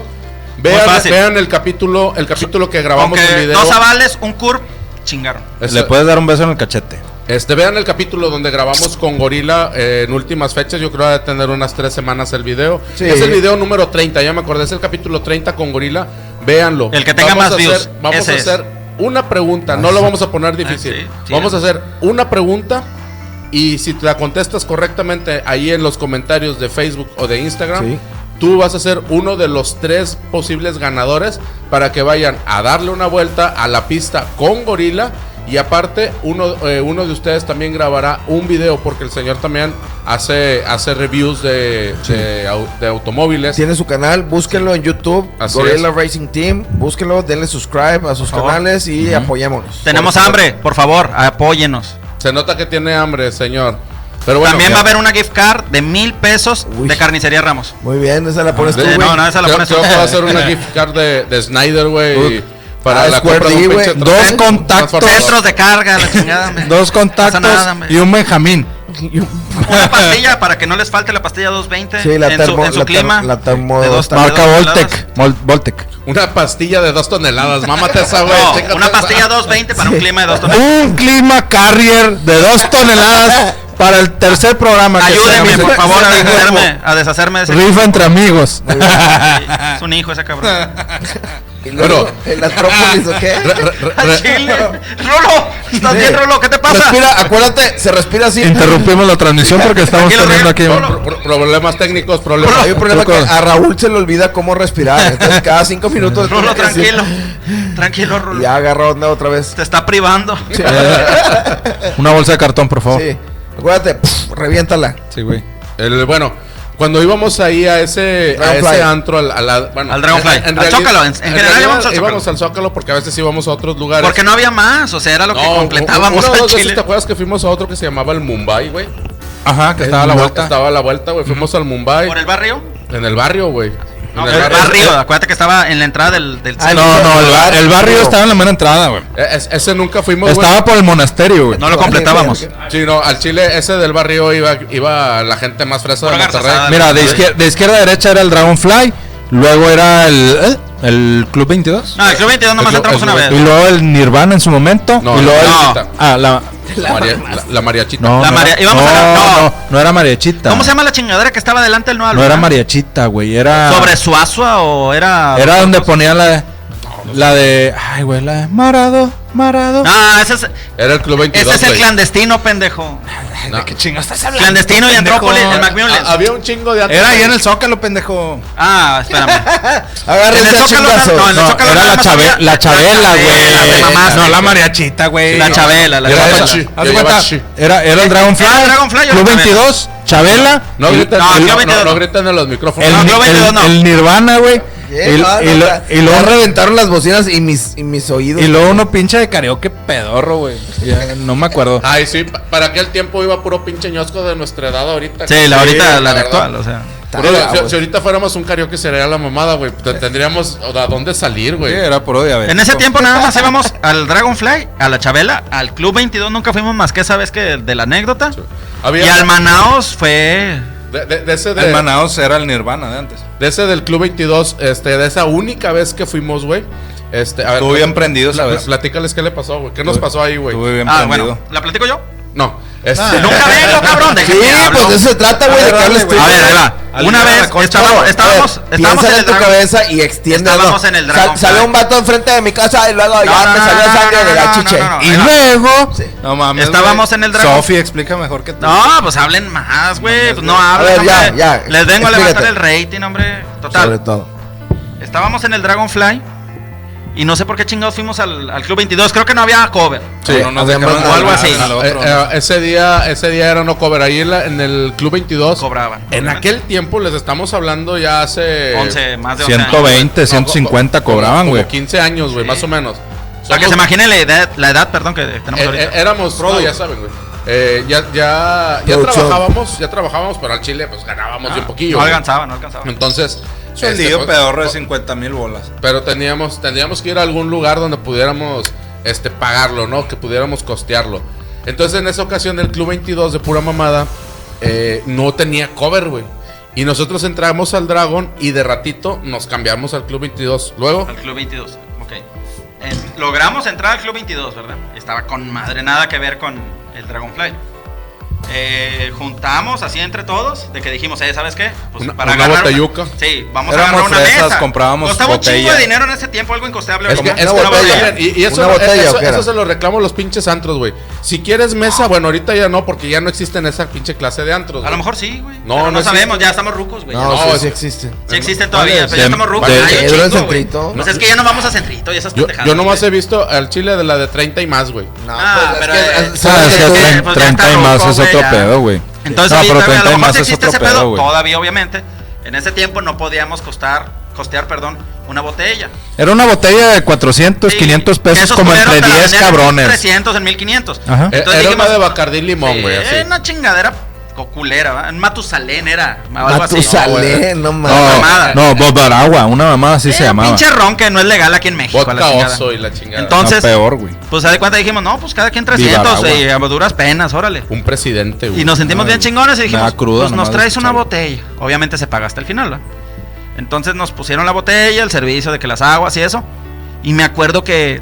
Muy
Vean,
fácil.
vean el capítulo, el capítulo que grabamos
Aunque
el video.
dos avales, un curb, chingaron.
Este-
Le puedes dar un beso en el cachete.
Este, vean el capítulo donde grabamos con Gorila eh, en últimas fechas. Yo creo que va a tener unas tres semanas el video.
Sí.
Es el video número 30, ya me acordé. Es el capítulo 30 con Gorila. Véanlo.
El que tenga más
a hacer-
views,
Vamos
ese
a
es.
hacer una pregunta. No lo vamos a poner
Ah,
difícil.
sí, sí,
vamos
eh.
a hacer una pregunta. Y si te la contestas correctamente ahí en los comentarios de Facebook o de Instagram,
Sí.
tú vas a ser uno de los tres posibles ganadores para que vayan a darle una vuelta a la pista con Gorila. Y aparte, uno, eh, uno de ustedes también grabará un video porque el señor también hace, hace reviews de, de au- de automóviles.
Tiene su canal, búsquenlo en YouTube,
Así
Gorilla Racing Team, búsquenlo, denle subscribe a sus
Por favor.
canales y apoyémonos.
Tenemos hambre, por favor, apóyenos.
Se nota que tiene hambre, señor. Pero bueno,
También
ya.
va a haber una gift card de mil pesos
Uy.
de Carnicería Ramos.
Muy bien, esa la pones tú,
Eh,
güey.
no, no, esa la
creo,
pones
creo
tú.
que Este, va a ser una gift card de, de Snyder, güey. y Para
Ah,
la
Square
compra de
D,
un
güey.
pinche
Dos
transformador.
contactos.
Centros de carga, la chingada. hombre.
Dos contactos
No pasa nada, hombre.
y un Benjamín.
Una pastilla para que no les falte la pastilla 220
Sí, la
en
termo-
su, en su
la ter-
clima.
la termo-
de dos- de
Marca
dos
Voltec.
toneladas.
Mol- Voltec.
Una pastilla de dos toneladas. Mámate esa, Ah, güey.
No,
chécate
una
esa.
pastilla 220 para un clima de 2 toneladas.
Un clima carrier de dos toneladas para el tercer programa. que
Ayúdenme,
hagamos.
por favor, a
Rifa
deshacerme, a deshacerme de ese.
Rifa entre amigos.
Es un hijo ese cabrón.
Y luego,
Bueno.
¿en las trópolis o qué?
Re- re-
Al
re-
Chile. Rolo, ¿estás bien, Rolo? ¿Qué te pasa?
Respira, acuérdate, se respira así.
Interrumpimos la transmisión porque estamos
Tranquilo,
teniendo aquí. un-
pro- pro- problemas técnicos, problemas.
Hay un problema que
Truco.
a Raúl se le olvida cómo respirar. Entonces cada cinco minutos
Rolo,
tiene que decir-
tranquilo. Tranquilo,
Y ya
Rolo.
agarra onda otra vez.
Te está privando.
Eh, una bolsa de cartón, por favor.
Sí. Acuérdate, pf, reviéntala.
Sí, güey.
El- bueno, cuando íbamos ahí a ese, a
Dragonfly.
ese antro, al, a la- bueno,
Al Dragonfly.
en- en
Al
realidad-
Zócalo, en- en general
realidad
íbamos al
íbamos al Zócalo porque a veces íbamos a otros lugares.
Porque no había más, o sea, era lo que
No,
completábamos
una o
al
dos veces,
Chile.
¿Te acuerdas que fuimos a otro que se llamaba el Mumbai, güey?
Ajá, que estaba a la
No,
vuelta.
Estaba a la vuelta, güey. Fuimos al Mumbai.
¿Por el barrio?
En el barrio, güey.
No,
En
por el barrio. Acuérdate que estaba en la entrada del, del
Ah,
No,
centro.
no, el, bar- el barrio estaba en la mera entrada, güey.
E- es- ese nunca fuimos, güey.
Estaba por el monasterio, güey.
No lo completábamos.
Sí, no, al Chile ese del barrio iba, iba la gente más fresa de
Pura garzazada.
Monterrey.
Mira, de, izquier- de izquierda a derecha era el Dragonfly, luego era el, ¿eh? el Club 22,
No, el Club 22 nomás
El-
entramos
el-
una
y
vez.
luego el Nirvana en su momento,
No,
y luego
no.
el- ah, la,
La, Maria- la- la mariachita.
no,
La
no,
Maria-
era,
íbamos a la-
no,
no.
no, no era mariachita.
¿Cómo se llama la chingadera que estaba delante del nuevo
No era
Luna?
mariachita, güey, era
¿Sobre Suazua o era.?
era donde ponían la la de ay, güey, la de Marado, Marado.
No, ese es,
Era el Club 22,
ese es el
güey.
clandestino, pendejo.
No.
chingo estás
Clandestino y Antrópolis, el Macmillan.
Ah, Había un chingo de antro,
Era ahí
güey.
en el Zócalo, pendejo.
Ah, espérame.
Agárrese
En el
a
Zócalo,
chingazos.
no, en el
No,
Zócalo
era
nada
la,
más
chabe-
había-
la
la
Chabela,
Chabela, te
güey.
mamaste.
No, la mariachita, güey.
La Chabela, la
Era
Chabela. Eh,
Pachi.
Haz
Ya
de cuenta,
lleva chi.
era, era el Dragonfly,
Era el Dragonfly, yo
Club
también.
22, Chabela,
No
el,
griten,
No,
el-
Club
no,
22.
no griten en los micrófonos.
el-
no, Club
el-
22 no.
el Nirvana, güey.
Bien,
y,
no,
y
no,
lo-
ya-
y
ya
luego
reventaron las bocinas y mis, y mis oídos.
y luego uno pinche de karaoke pedorro, güey. Ya, No me acuerdo.
Ay, sí, pa- para aquel tiempo iba puro pinche ñosco de nuestra edad ahorita.
Sí, la ahorita, la de
verdad.
actual, o sea.
Está
Puro-
bravo.
si, si ahorita fuéramos un karaoke sería la mamada, güey. Te- Tendríamos o sea, a dónde salir,
Sí,
güey.
era puro diabetes.
En ese tiempo nada más íbamos al Dragonfly, a la Chabela, al Club 22 nunca fuimos más que esa vez que de la anécdota.
Había
Y al Manaos fue Ah,
de, de- de ese de-
El Manaos era el Nirvana de antes.
de ese del Club 22, este, de esa única vez que fuimos, güey. Este, a ver,
Estuve bien prendido esa
pla-
vez.
Platícales qué le pasó, güey. ¿Qué nos
Estuve-
pasó ahí, güey?
Estuve bien
Ah,
prendido.
bueno, ¿la platico yo?
No. este-
Nunca vengo, cabrón, de
Sí,
qué me hablo?
pues de eso se trata, güey, de que hables tú.
A ver, ahí va.
Al
Una
llegar a la
vez
concha,
estábamos,
güey.
estábamos, estábamos
Piénsala en eh, tu
Dragon-
cabeza y extiende.
Estábamos
¿no?
en el
Sal-
Dragonfly.
Sale un vato enfrente de mi casa y luego
No,
ya
no,
me
no,
salió
no,
sangre
no,
de
no,
la
no,
chiche.
no, no,
Y
ahí va.
luego.
No mames.
Estábamos
güey.
en el Dragon-
Sofi, explica mejor que tú. Este
No, pues hablen más, güey. Pues no
A
hablen,
ver, ya,
hombre.
ya,
Les vengo a levantar
explícate.
el rating, hombre. Total.
Sobre todo.
Estábamos en el Dragonfly y no sé por qué chingados fuimos al, al Club 22. Creo que no había cover.
Sí,
No, no,
además-
dejaron
o algo
hablar
así.
al
Eh,
otro.
eh, ese día ese día era no cover ahí en, la- en el club 22
Cobraban.
en aquel tiempo les estamos hablando ya hace
11, más de 11 años.
120, 150
como-
cobraban,
como
güey.
15 años güey
Sí.
más o menos
Para que se
Somos-
imaginen la edad, la edad perdón, que tenemos
eh,
ahorita.
eh, éramos no, ya saben güey Eh, ya ya ya
Producción.
trabajábamos ya trabajábamos pero al Chile pues ganábamos de un poquillo
Ah. no
güey.
alcanzaba, no alcanzaba.
entonces
Es
este, pues,
pedorro de 50 mil bolas.
pero teníamos, tendríamos que ir a algún lugar donde pudiéramos este, pagarlo, ¿no? Que pudiéramos costearlo. Entonces, en esa ocasión, el Club 22 de pura mamada eh, no tenía cover, güey. Y nosotros entramos al Dragon y de ratito nos cambiamos al Club 22. Luego,
Al Club 22, ok. Eh, logramos entrar al Club 22, ¿verdad? Estaba con madre nada que ver con el Dragonfly. Eh, juntamos así entre todos de que dijimos, eh, ¿sabes qué?
Una- una botelluca.
Sí, vamos
Éramos
a agarrar una
fresas,
mesa.
comprábamos
Costaba un chingo
botella.
de dinero en ese tiempo, algo incosteable.
Es que,
ahorita.
es
Una
que no,
botella.
también, y, y eso,
Una botella,
eso-
¿o qué era? Ah.
eso se lo reclamo los pinches antros, güey. Si quieres mesa, bueno, ahorita ya no, porque ya no existen esa pinche clase de antros.
A
güey.
lo mejor sí, güey.
No,
pero
no
no,
existe.
sabemos, ya estamos rucos, güey.
No,
ya
No,
sí,
es-
sí existe.
Sí existen todavía,
Vale,
pero ya
de-
estamos rucos.
de-
Ay, un
Pedro en
chingo, güey.
Centrito.
Pues es que ya no vamos a Centrito, ya esas
Yo,
pendejadas,
yo nomás
güey.
he visto al chile de la de 30 y más, güey.
No,
Ah,
pues,
pero,
es que-
eh,
es-
Ah,
sabes
es
que
que
tú-
tre-
tre-
pues ya
30 y
está
más
ruco,
es
güey,
otro
ya.
pedo, güey.
Entonces,
No,
ahorita,
pero
güey, a
30
lo
y
mejor
más
sí
es
existe
otro
ese pedo.
pedo, güey.
Todavía, obviamente. En ese tiempo no podíamos costar, costear, perdón, una botella.
Era una botella de 400,
Sí,
500 pesos,
esos
como
culeros
entre
te la
10
vendían en
cabrones.
300, en 1500.
Ajá.
Eh,
Entonces
Era una
dijimos,
de Bacardí Limón, güey.
"Sí,
así.
una chingadera tocó culera, ¿va? En Matusalén era. algo así.
Matusalén, no mames.
mamada.
No, no, Bodaragua, una mamada así se
Era un
llamaba.
Eh, Pinche ron que no es legal aquí en México. Pues la
Vodka
chingada.
oso y la chingada.
No,
Entonces-
peor, güey.
Pues haz de cuenta dijimos, no, pues cada quien 300
Vivaragua.
y a duras penas, órale.
un presidente, güey.
Y nos sentimos
Ay,
bien chingones y dijimos,
nada crudo,
pues nos
nomás
traes una
escucharlo.
botella. Obviamente se paga hasta el final, ¿va? Entonces nos pusieron la botella, el servicio de que las aguas y eso. Y me acuerdo que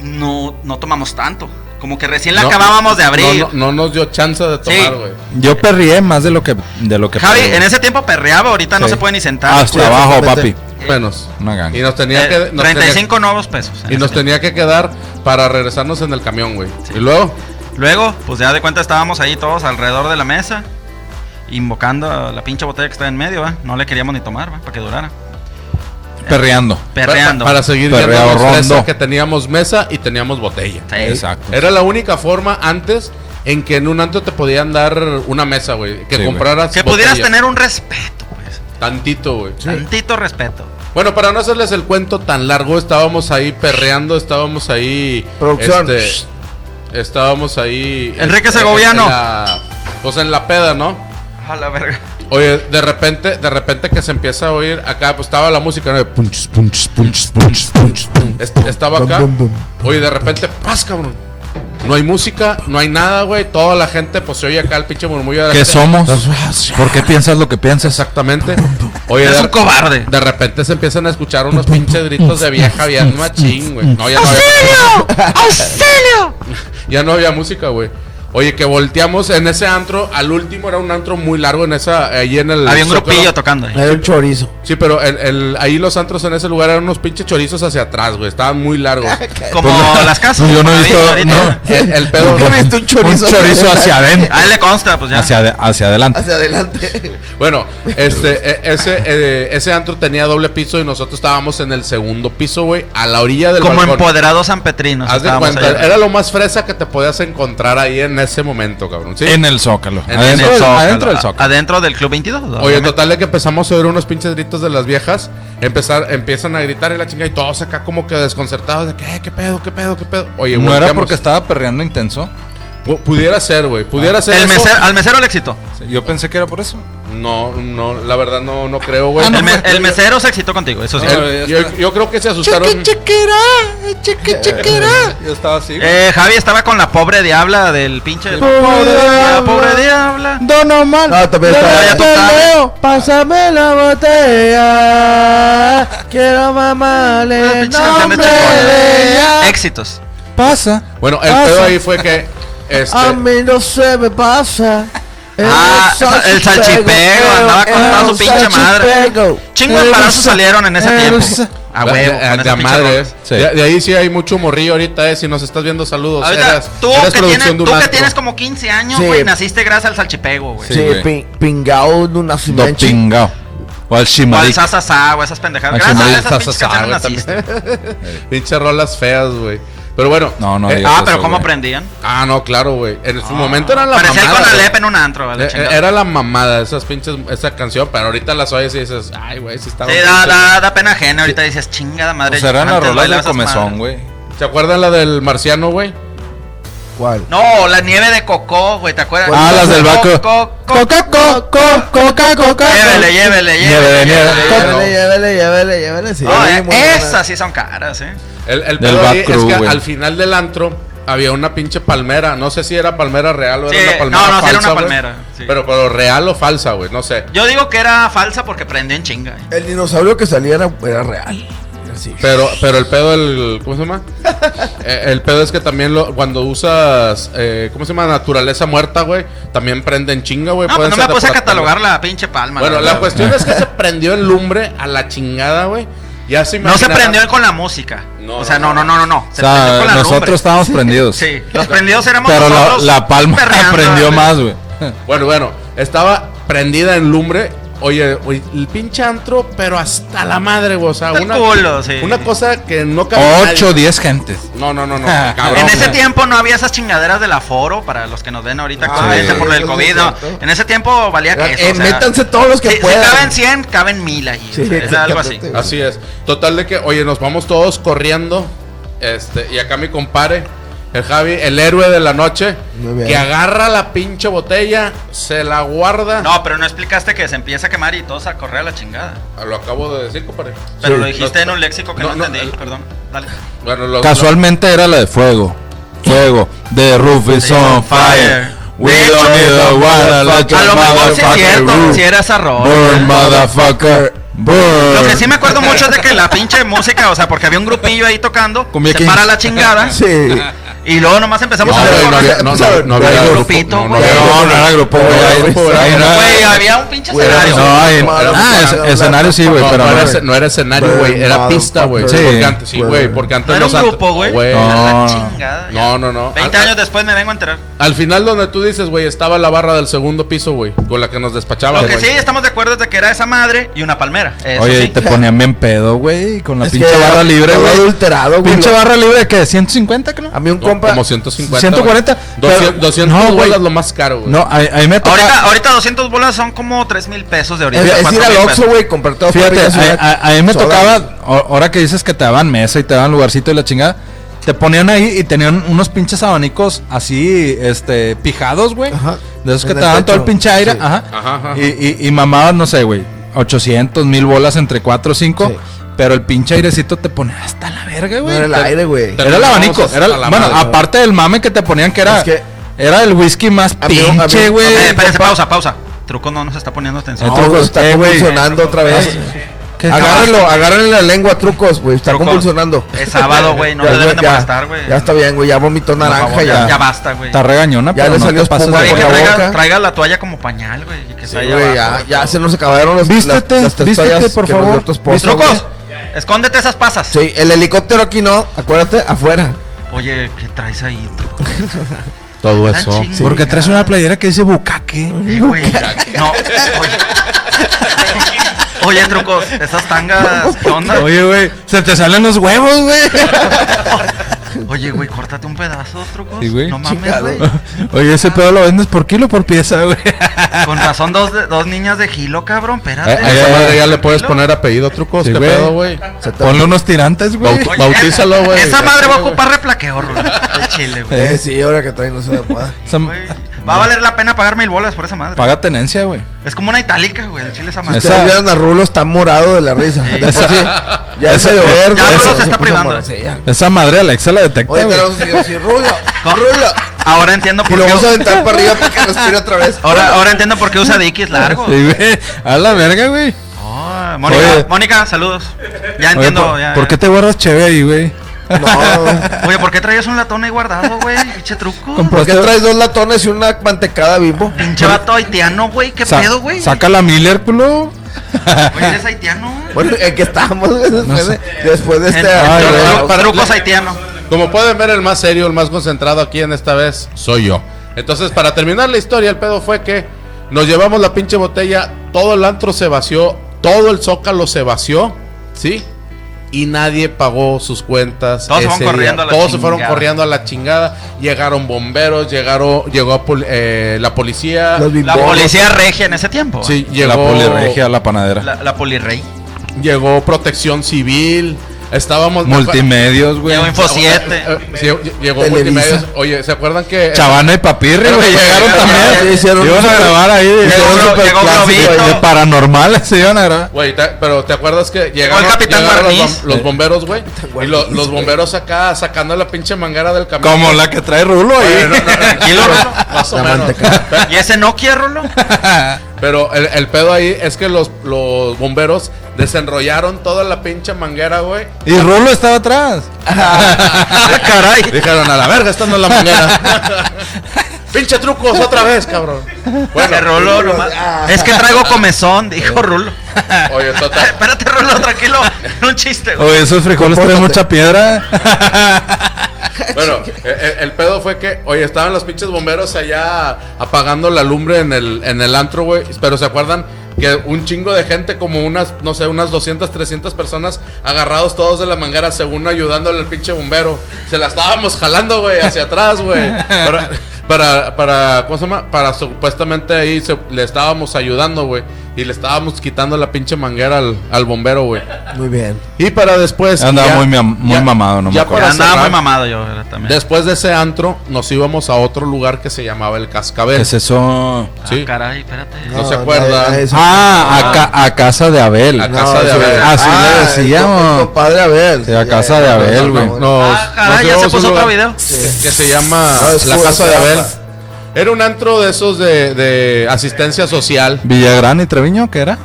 no, no tomamos tanto. Como que recién la
No,
acabábamos de abrir.
No, no- no nos dio chance de
Sí.
tomar, güey.
Yo perrié más de lo que de lo que
Javi,
pedí.
en ese Ah, tiempo perreaba, ahorita no
Sí.
se puede ni sentar.
Hasta
Sí,
abajo, papi.
exactamente.
Menos.
Una ganga.
Y nos Ah, tenía
Eh,
que. nos tenía-
35 nuevos pesos. en
y
ese
nos tenía que quedar para regresarnos en el camión, güey. Y luego,
Luego, pues ya de cuenta estábamos ahí todos alrededor de la mesa, invocando a la pinche botella que está en medio, ¿va? No le queríamos ni tomar, ¿va? Para que durara.
Perreando.
Perreando.
pa- Para, seguir
Perreo
yéndonos
rondo.
fresa, que teníamos mesa y teníamos botella.
Sí.
Exacto.
Era la única forma antes en que en un antro te podían dar una mesa, güey. Que
Sí, güey.
compraras.
Que
botella.
pudieras tener un respeto, pues.
Tantito, güey.
Tantito respeto.
Bueno, para no hacerles el cuento tan largo, estábamos ahí perreando, estábamos ahí.
Producción.
este, estábamos ahí.
Enrique
este,
Segoviano.
en la- pues en la peda, ¿no?
A la verga.
Oye, de repente, de repente que se empieza a oír acá, pues estaba la música, ¿no? Punch, punch, punch, punch, punch, punch. Est- Estaba acá. Oye, de repente, ¡pas, cabrón! No hay música, no hay nada, güey. Toda la gente, pues se oye acá el pinche murmullo de la
¿Qué
gente.
somos? ¿Por qué piensas lo que piensas?
Exactamente. Oye,
Eres
de-
un cobarde.
De repente se empiezan a escuchar unos pinches gritos de vieja bien machín, güey. No, ya no había,
¡Auxilio!
ya no había música, güey. Oye, que volteamos en ese antro, al último era un antro muy largo en esa, ahí en el
Había un
Zócalo.
grupillo tocando. ahí.
Era un chorizo.
Sí, pero el, el- ahí los antros en ese lugar eran unos pinches chorizos hacia atrás, güey. Estaban muy largos.
Como las casas.
Yo Eh, pues no he
como
visto-
ahorita.
no.
el, el pedo.
Nunca he visto un chorizo. Ah,
Un chorizo hacia adentro.
A él le consta, pues ya.
Hacia, ade- hacia adelante.
Hacia adelante.
Bueno, este, e- ese, eh, ese antro tenía doble piso y nosotros estábamos en el segundo piso, güey, a la orilla del
Como
balcón.
empoderado San Petrino.
Haz de
estábamos
cuenta,
allá.
era lo más fresa que te podías encontrar ahí en ese momento, cabrón. ¿sí?
En el zócalo.
En
En
adentro,
el
del-
Zócalo,
adentro del
a-
zócalo.
Adentro del Club 22.
Oye,
obviamente.
total de que empezamos a oír unos pinches gritos de las viejas, empezar, empiezan a gritar y la chinga y todos acá como que desconcertados de que, "Eh, qué pedo, qué pedo, qué pedo. Oye,
¿No era
volteamos.
porque estaba perreando intenso?
Pu- Pudiera ser, güey, pudiera ser.
El
eso.
mesero- al mesero le excitó.
Yo pensé que era por eso.
No, no, la verdad no, no creo, güey.
Ah, no,
El, me-
mames.
el mesero se excitó contigo, eso sí.
El-
no, ya
yo,
está.
yo creo que se asustaron.
chequera, cheque, chequera.
Yo estaba así.
Eh, Javi estaba con la pobre diabla del pinche.
Pobre
la
diabla.
pobre diabla.
Don Omar.
No, también
Ya, ya,
está.
total.
Pásame la botella. Quiero mamarle.
Pinche canción de chingón. Éxitos.
Pasa.
Bueno, el
Ah,
pedo
sí. Ah,
ahí fue que. Este,
A mí no se me pasa.
Ah, el salchipego, andaba con toda su pinche madre. Chingo de embarazos salieron en ese tiempo. A
la-
huevo.
la-
con
de
esa
a
pinche
madres.
rola.
Sí.
De, de ahí sí hay mucho morrillo ahorita, eh. Si nos estás viendo, saludos.
Ahorita,
Eras-
tú,
eras
que
producción
tienes,
de un
tú que
antro.
tienes como 15 años,
Sí.
güey, naciste gracias al salchipego, güey.
Sí,
Sí,
güey.
pin- pingao de un
Do
nacimiento.
pingao. O al
O al
shimari.
sasasá, güey, esas pendejadas.
Al
Gracias a
Chimari,
esas pinches
Sasasá,
canciones
güey,
naciste.
Pinche rolas feas, güey. Pero bueno.
No, no
eh,
digas
Ah,
eso,
pero ¿cómo
güey.
aprendían?
ah, no, claro, güey. En su momento eran la
Ah, Parecía el
mamada. güey.
Conalep en un antro, güey. la
Eh, eh,
chingada.
Era la mamada, esas pinches, esa canción, pero ahorita las oyes y dices, ay, güey, sí está
Sí,
bonito,
da,
güey".
da, da pena ajena. Ahorita dices, chingada madre.
O sea, Pues eran las
antes
rolas de
bailaba esas
comezón,
madres.
güey.
¿Se acuerdan la del marciano, güey?
¿Cuál?
No, la nieve de cocó, güey, ¿te acuerdas?
Ah, las del barco.
Coco, coco.
Coca, coca, coca, coca.
Llévele, llévele,
Nieve de
llévele.
nieve.
llévele,
Coca-
llévele.
Llévele, llévele, llévele, llévele. sí,
No, eh,
muy buena.
esas sí son caras, ¿eh?
El, el
Del
pedo ahí
Back Crew,
es que
güey.
al final del antro había una pinche palmera. No sé si era palmera real o
Sí,
era una palmera
no, no, sí
falsa.
era una
güey.
palmera, sí.
Pero, pero real o falsa, güey, no sé.
Yo digo que era falsa porque prenden chinga. ¿eh?
El dinosaurio que salía era, era real. Así.
Pero, pero el pedo, el, ¿cómo se llama? Eh, el pedo es que también lo, cuando usas, eh, ¿cómo se llama? Naturaleza muerta, güey. También prenden chinga, güey.
No, pues
pueden
no me
ser de
puse a
plátano.
catalogar la pinche palma.
Bueno,
verdad,
la pues, cuestión es que se prendió el lumbre a la chingada, güey. Ya se
güey. No se
imaginarán-
prendió con la música.
No,
o sea,
no,
no,
no.
no, no, no. no.
O
Se prendió
sea,
con la lumbre.
nosotros estábamos prendidos.
Sí, los prendidos éramos
Pero la,
nosotros.
la palma
perreando,
aprendió
güey.
más, güey.
Bueno, bueno, estaba prendida en lumbre. Oye, oye, el pinche antro, pero hasta la madre, güey. O sea,
Hasta el
una,
culo, sí.
una cosa que no cabe.
Ocho, diez gentes.
No, no, no, no. cabrón.
En ese
güey.
tiempo no había esas chingaderas del aforo para los que nos ven ahorita
Ah,
actualmente
sí.
por el
Eso sí
COVID.
es
¿no?
cierto.
En ese tiempo valía que eso.
Eh,
o sea,
métanse todos los que
si, si
puedan.
caben 100, caben 1000 ahí.
Sí,
o sea, es algo así.
exactamente.
Así es. Total de que, oye, nos vamos todos corriendo. Este, y acá mi compare. El Javi, el héroe de la noche,
Muy bien.
que agarra la pinche botella, se la guarda.
No, pero no explicaste que se empieza a quemar y todos a correr a la chingada.
Lo acabo de decir, compadre.
Sí.
Pero
eh,
lo dijiste en un léxico que no,
No, no,
entendí.
el-
Perdón. Dale.
Bueno, los-
Casualmente era la de fuego. Fuego. The roof is on fire. We don't need a water.
A lo mejor sí es cierto, si era esa rola.
Burn, motherfucker. Burn.
Lo que sí me acuerdo mucho es de que la pinche música, o sea, porque había un grupillo ahí tocando,
Cumbia
se
Kings.
para la chingada,
Sí.
y luego nomás empezamos
No,
a
güey,
ver.
no había- no, no, no había
Güey,
grupo,
grupito,
no, no
güey.
había
No, no era grupo, güey.
Era
Ahí-
grupo, era
ahí no era-
Güey, había un pinche
Güey,
escenario.
No, ahí-
Madre,
ah, es-
madre,
escenario sí, güey,
no,
pero
no,
no.
era, esce- no era escenario, güey, era pista, güey.
Sí.
Sí, porque antes, sí,
Güey.
güey, porque antes
No era un
los antros-
grupo, güey.
No.
La chingada.
No, no, no.
20
Al-
años después me vengo a enterar.
Al final donde tú dices, güey, estaba la barra del segundo piso, güey, con la que nos
Ah,
despachaban,
Lo que
güey.
sí estamos de acuerdo es de que era esa madre y una palmera. Eso
Oye, y
sí.
te ponían bien pedo, güey. Con la
Es
pinche
que
barra libre,
estaba
güey.
adulterado, güey.
Pinche
Lo-
barra libre de que 150, creo.
A mí un
No,
compa.
como 150.
140,
güey.
pero-
200, 200
no, güey.
bolas lo más caro, güey.
No, ahí, ahí me tocó.
Ahorita, ahorita 200 bolas son como 3 mil pesos de ahorita.
Es, es ir
4,000
al
pesos.
Oxxo, güey, comprar todo.
Fíjate, a, a- a mí me
Soda, güey.
tocaba, o- ahora que dices que te daban mesa y te daban lugarcito y la chingada, te ponían ahí y tenían unos pinches abanicos así, este, pijados, güey.
Ajá.
De esos que
En
te
el
daban todo el
techo,
pinche aire,
sí.
ajá.
Ajá, ajá.
Y, y, y mamaban, no sé, güey, 800, mil bolas entre 4 o 5,
Sí.
pero el pinche airecito te ponía hasta la verga,
No
güey.
era el
Te-
aire, güey.
te-
Era el
Terminábamos
abanico,
hasta
era,
la
bueno,
madre, güey.
aparte del mame que te ponían que era,
Es que-
era el whisky más
A mí- a mí-
pinche, güey.
Eh, espérense, pausa, pausa. Truco no nos está poniendo atención.
No,
trucos,
güey, está
eh, güey.
convulsionando otra vez.
¿Qué
Agárrenlo, agárrenle la lengua, trucos, güey. Está
Trucos.
convulsionando.
Es sábado, güey, no
Ya,
le deben de
ya,
molestar, güey.
Ya está bien, güey. Ya vomitó naranja,
favor,
ya.
ya. ya basta, güey.
Está regañona,
Ya le
pero no
salió
te pases
espuma
de
Güey,
por
que
la
traiga,
boca.
traiga la toalla como pañal, güey. y Que
Sí,
está ahí
güey, ya,
abajo.
ya se nos acabaron los,
Vístete,
las, las tres
vístete,
toallas
por
que nos dio
favor.
tu esposa,
Vístete.
güey.
Trucos, escóndete esas pasas.
Sí, el helicóptero aquí no. Acuérdate, afuera.
Oye, ¿qué traes ahí, truco?
Todo
Tan
eso.
chingón.
Porque traes una playera que dice bucaque.
Eh, güey, No, oye. Oye, trucos, esas tangas, ¿qué onda?
Oye, güey, se te salen los huevos, güey.
Oye, güey, córtate un pedazo, trucos.
Sí, güey.
No mames,
Chingado.
güey.
Oye, ese pedo lo vendes por kilo o por pieza, güey.
Con razón, dos, de- dos niñas de Gilo, cabrón.
A, a
Espérate.
esa
Ay,
madre
ay,
Ah, ya
ay.
le puedes poner apellido, trucos.
Eh, Sí,
¿Qué
güey.
pedo, güey?
Se te-
Ponle unos tirantes, güey.
Bauti-
Oye,
Bautízalo, güey.
Esa madre va a ocupar replaqueo, Rulo. De chile, güey.
Eh, sí, ahora que traen no se la pueda.
Esa-
Güey, Va a valer la pena pagar mil bolas por esa madre.
Paga tenencia, güey.
Es como una itálica, güey. El chile esa madre.
Esa-
Ustedes vieron a Rulo, está morado de la risa. De por
Esa-
sí, ya se llover,
Ya
güey,
Rulo se
puso
está privando.
morado, sí, ya.
Esa madre Alexa la detecta,
Oye,
güey.
tenemos un señor así, Rulo,
¿Cómo?
Rulo.
Ahora entiendo
Y
por
lo
qué.
vamos a aventar para arriba para que respire otra vez.
Ahora, ahora entiendo por qué usa Dickies largo.
Sí, güey. A la verga, güey.
Ah, Mónica,
Oye.
Mónica, saludos. Ya
Oye,
entiendo.
¿por,
ya,
por qué te guardas cheve ahí, güey?
No.
Oye, ¿por qué traías un latón ahí guardado, güey? Pinche truco.
Compro-
¿Por qué traes dos latones y una mantecada bimbo?
Pinche vato haitiano, güey. ¿Qué
Sa-
pedo, güey?
Saca la Miller, culo.
Oye, eres haitiano.
Pues,
Bueno, ¿en qué estamos, güey? Después,
No
de, después de
En-
este.
Ay,
tru-
güey.
tru- trucos haitiano.
Como pueden ver, el más serio, el más concentrado aquí en esta vez soy yo. Entonces, para terminar la historia, el pedo fue que nos llevamos la pinche botella, todo el antro se vació, todo el zócalo se vació, ¿sí? Y nadie pagó sus cuentas.
Todos se fueron
ese día.
corriendo a la
Todos se fueron
chingada.
corriendo a la chingada. Llegaron bomberos, llegaron, llegó pol- eh, la policía.
Los bimbos.
La policía regia en ese tiempo.
Sí,
La
llegó,
polirregia, la panadera.
La, la polirrey.
llegó protección civil. Estábamos
Multimedios, güey.
Llegó Info
Eh,
7.
eh, sí, llegó
Televisa.
multimedios. Oye, ¿se acuerdan que
Chavana y Papirri,
Pero
güey,
que
llegaron
llegaron,
también.
ya hicieron un
Iban a
super-
grabar ahí.
Llegó
un
Glo- llegó
superclásico,
Globito.
De paranormales se iban a grabar.
Güey, ta- pero ¿te acuerdas que llegaron,
el Capitán
llegaron los,
Barniz.
bom- los bomberos, güey? Y lo-
Barniz,
los bomberos acá sacando la pinche manguera del camión.
Como la que trae Rulo ahí.
Oye, no, no, no,
Tranquilo, Rulo.
más o
La
menos.
manteca.
Pe-
¿Y ese Nokia, Rulo?
Pero el, el pedo ahí es que los, los bomberos desenrollaron toda la pinche manguera, güey.
Y Rulo estaba atrás.
Ah, caray.
Dijeron, a la verga, esta no es la manguera. pinche trucos otra vez, cabrón.
Ese Rulo
Rulo,
nomás-
ah.
Es que traigo comezón, dijo Rulo.
Oye, total.
Espérate, Rulo, tranquilo. Era un chiste, güey.
Oye, esos frijoles traen
Compórtate.
mucha piedra.
Bueno, el, el- el pedo fue que, oye, estaban los pinches bomberos allá apagando la lumbre en el, en el antro, güey. Pero se acuerdan que un chingo de gente, como unas, no sé, unas 200, 300 personas agarrados todos de la manguera, según ayudándole al pinche bombero. Se la estábamos jalando, güey, hacia atrás, güey. Para, para, para, ¿cómo se llama? Para supuestamente ahí se- le estábamos ayudando, güey. Y le estábamos quitando la pinche manguera al, al bombero, güey.
Muy bien.
Y para después.
Andaba
ya-
muy mam- muy
ya-
mamado, no me
ya
acuerdo.
para
Andaba muy
cerrar,
mamado yo ¿verdad? también.
Después de ese antro, nos íbamos a otro lugar que se llamaba El Cascabel.
¿Qué es eso?
Ah,
sí.
caray, espérate.
No se acuerda.
nadie- nadie se-
Ah, a, ca- a casa de Abel.
A
No,
casa de
sí,
Abel.
Así le decíamos.
el Compadre Abel.
Sí, a casa de Abel,
no,
güey.
no, no.
Nos-
Ah, caray,
nos
ya se
íbamos a un
puso otro
lugar
video.
Que, que se llama
No, es
La
Cuba,
Casa de
Cuba.
Abel. Era un antro de esos de, de asistencia social.
Villagrán y Treviño, ¿qué era?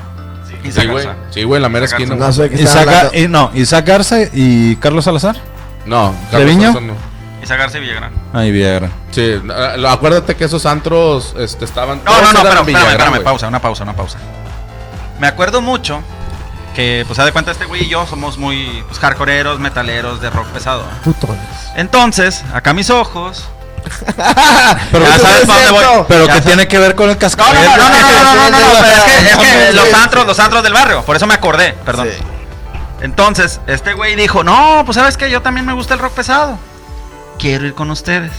Y
Sí,
se
güey.
casa.
Sí, güey, en la mera esquina.
No sé de qué están
Isaac, Gar-
hablando.
y, no, Isaac Garza y Carlos Salazar.
No, Carlos
¿Treviño?
Sansón no.
Y sacarse Villagrán.
Ay, Villagrán.
Sí, na- lo- acuérdate que esos antros este, estaban.
No,
todos
no, no,
eran
pero espérame,
Villagrán,
espérame,
güey.
pausa, una pausa, una pausa. Me acuerdo mucho que, pues, haz de cuenta, este güey y yo somos muy pues, hardcoreeros, metaleros de rock pesado.
Putones.
Entonces, acá mis ojos.
Pero,
Ya
eso
sabes
es
para dónde
cierto.
voy.
pero
Ya
¿qué
sabes.
tiene que ver con el
No,
cascabel?
no, no, no, no, no, no, no, no, pero es que, es que
Sí,
los
sí.
antros, los antros del barrio, por eso me acordé, perdón.
Sí.
Entonces, este güey dijo, no, pues sabes que yo también me gusta el rock pesado. Quiero ir con ustedes.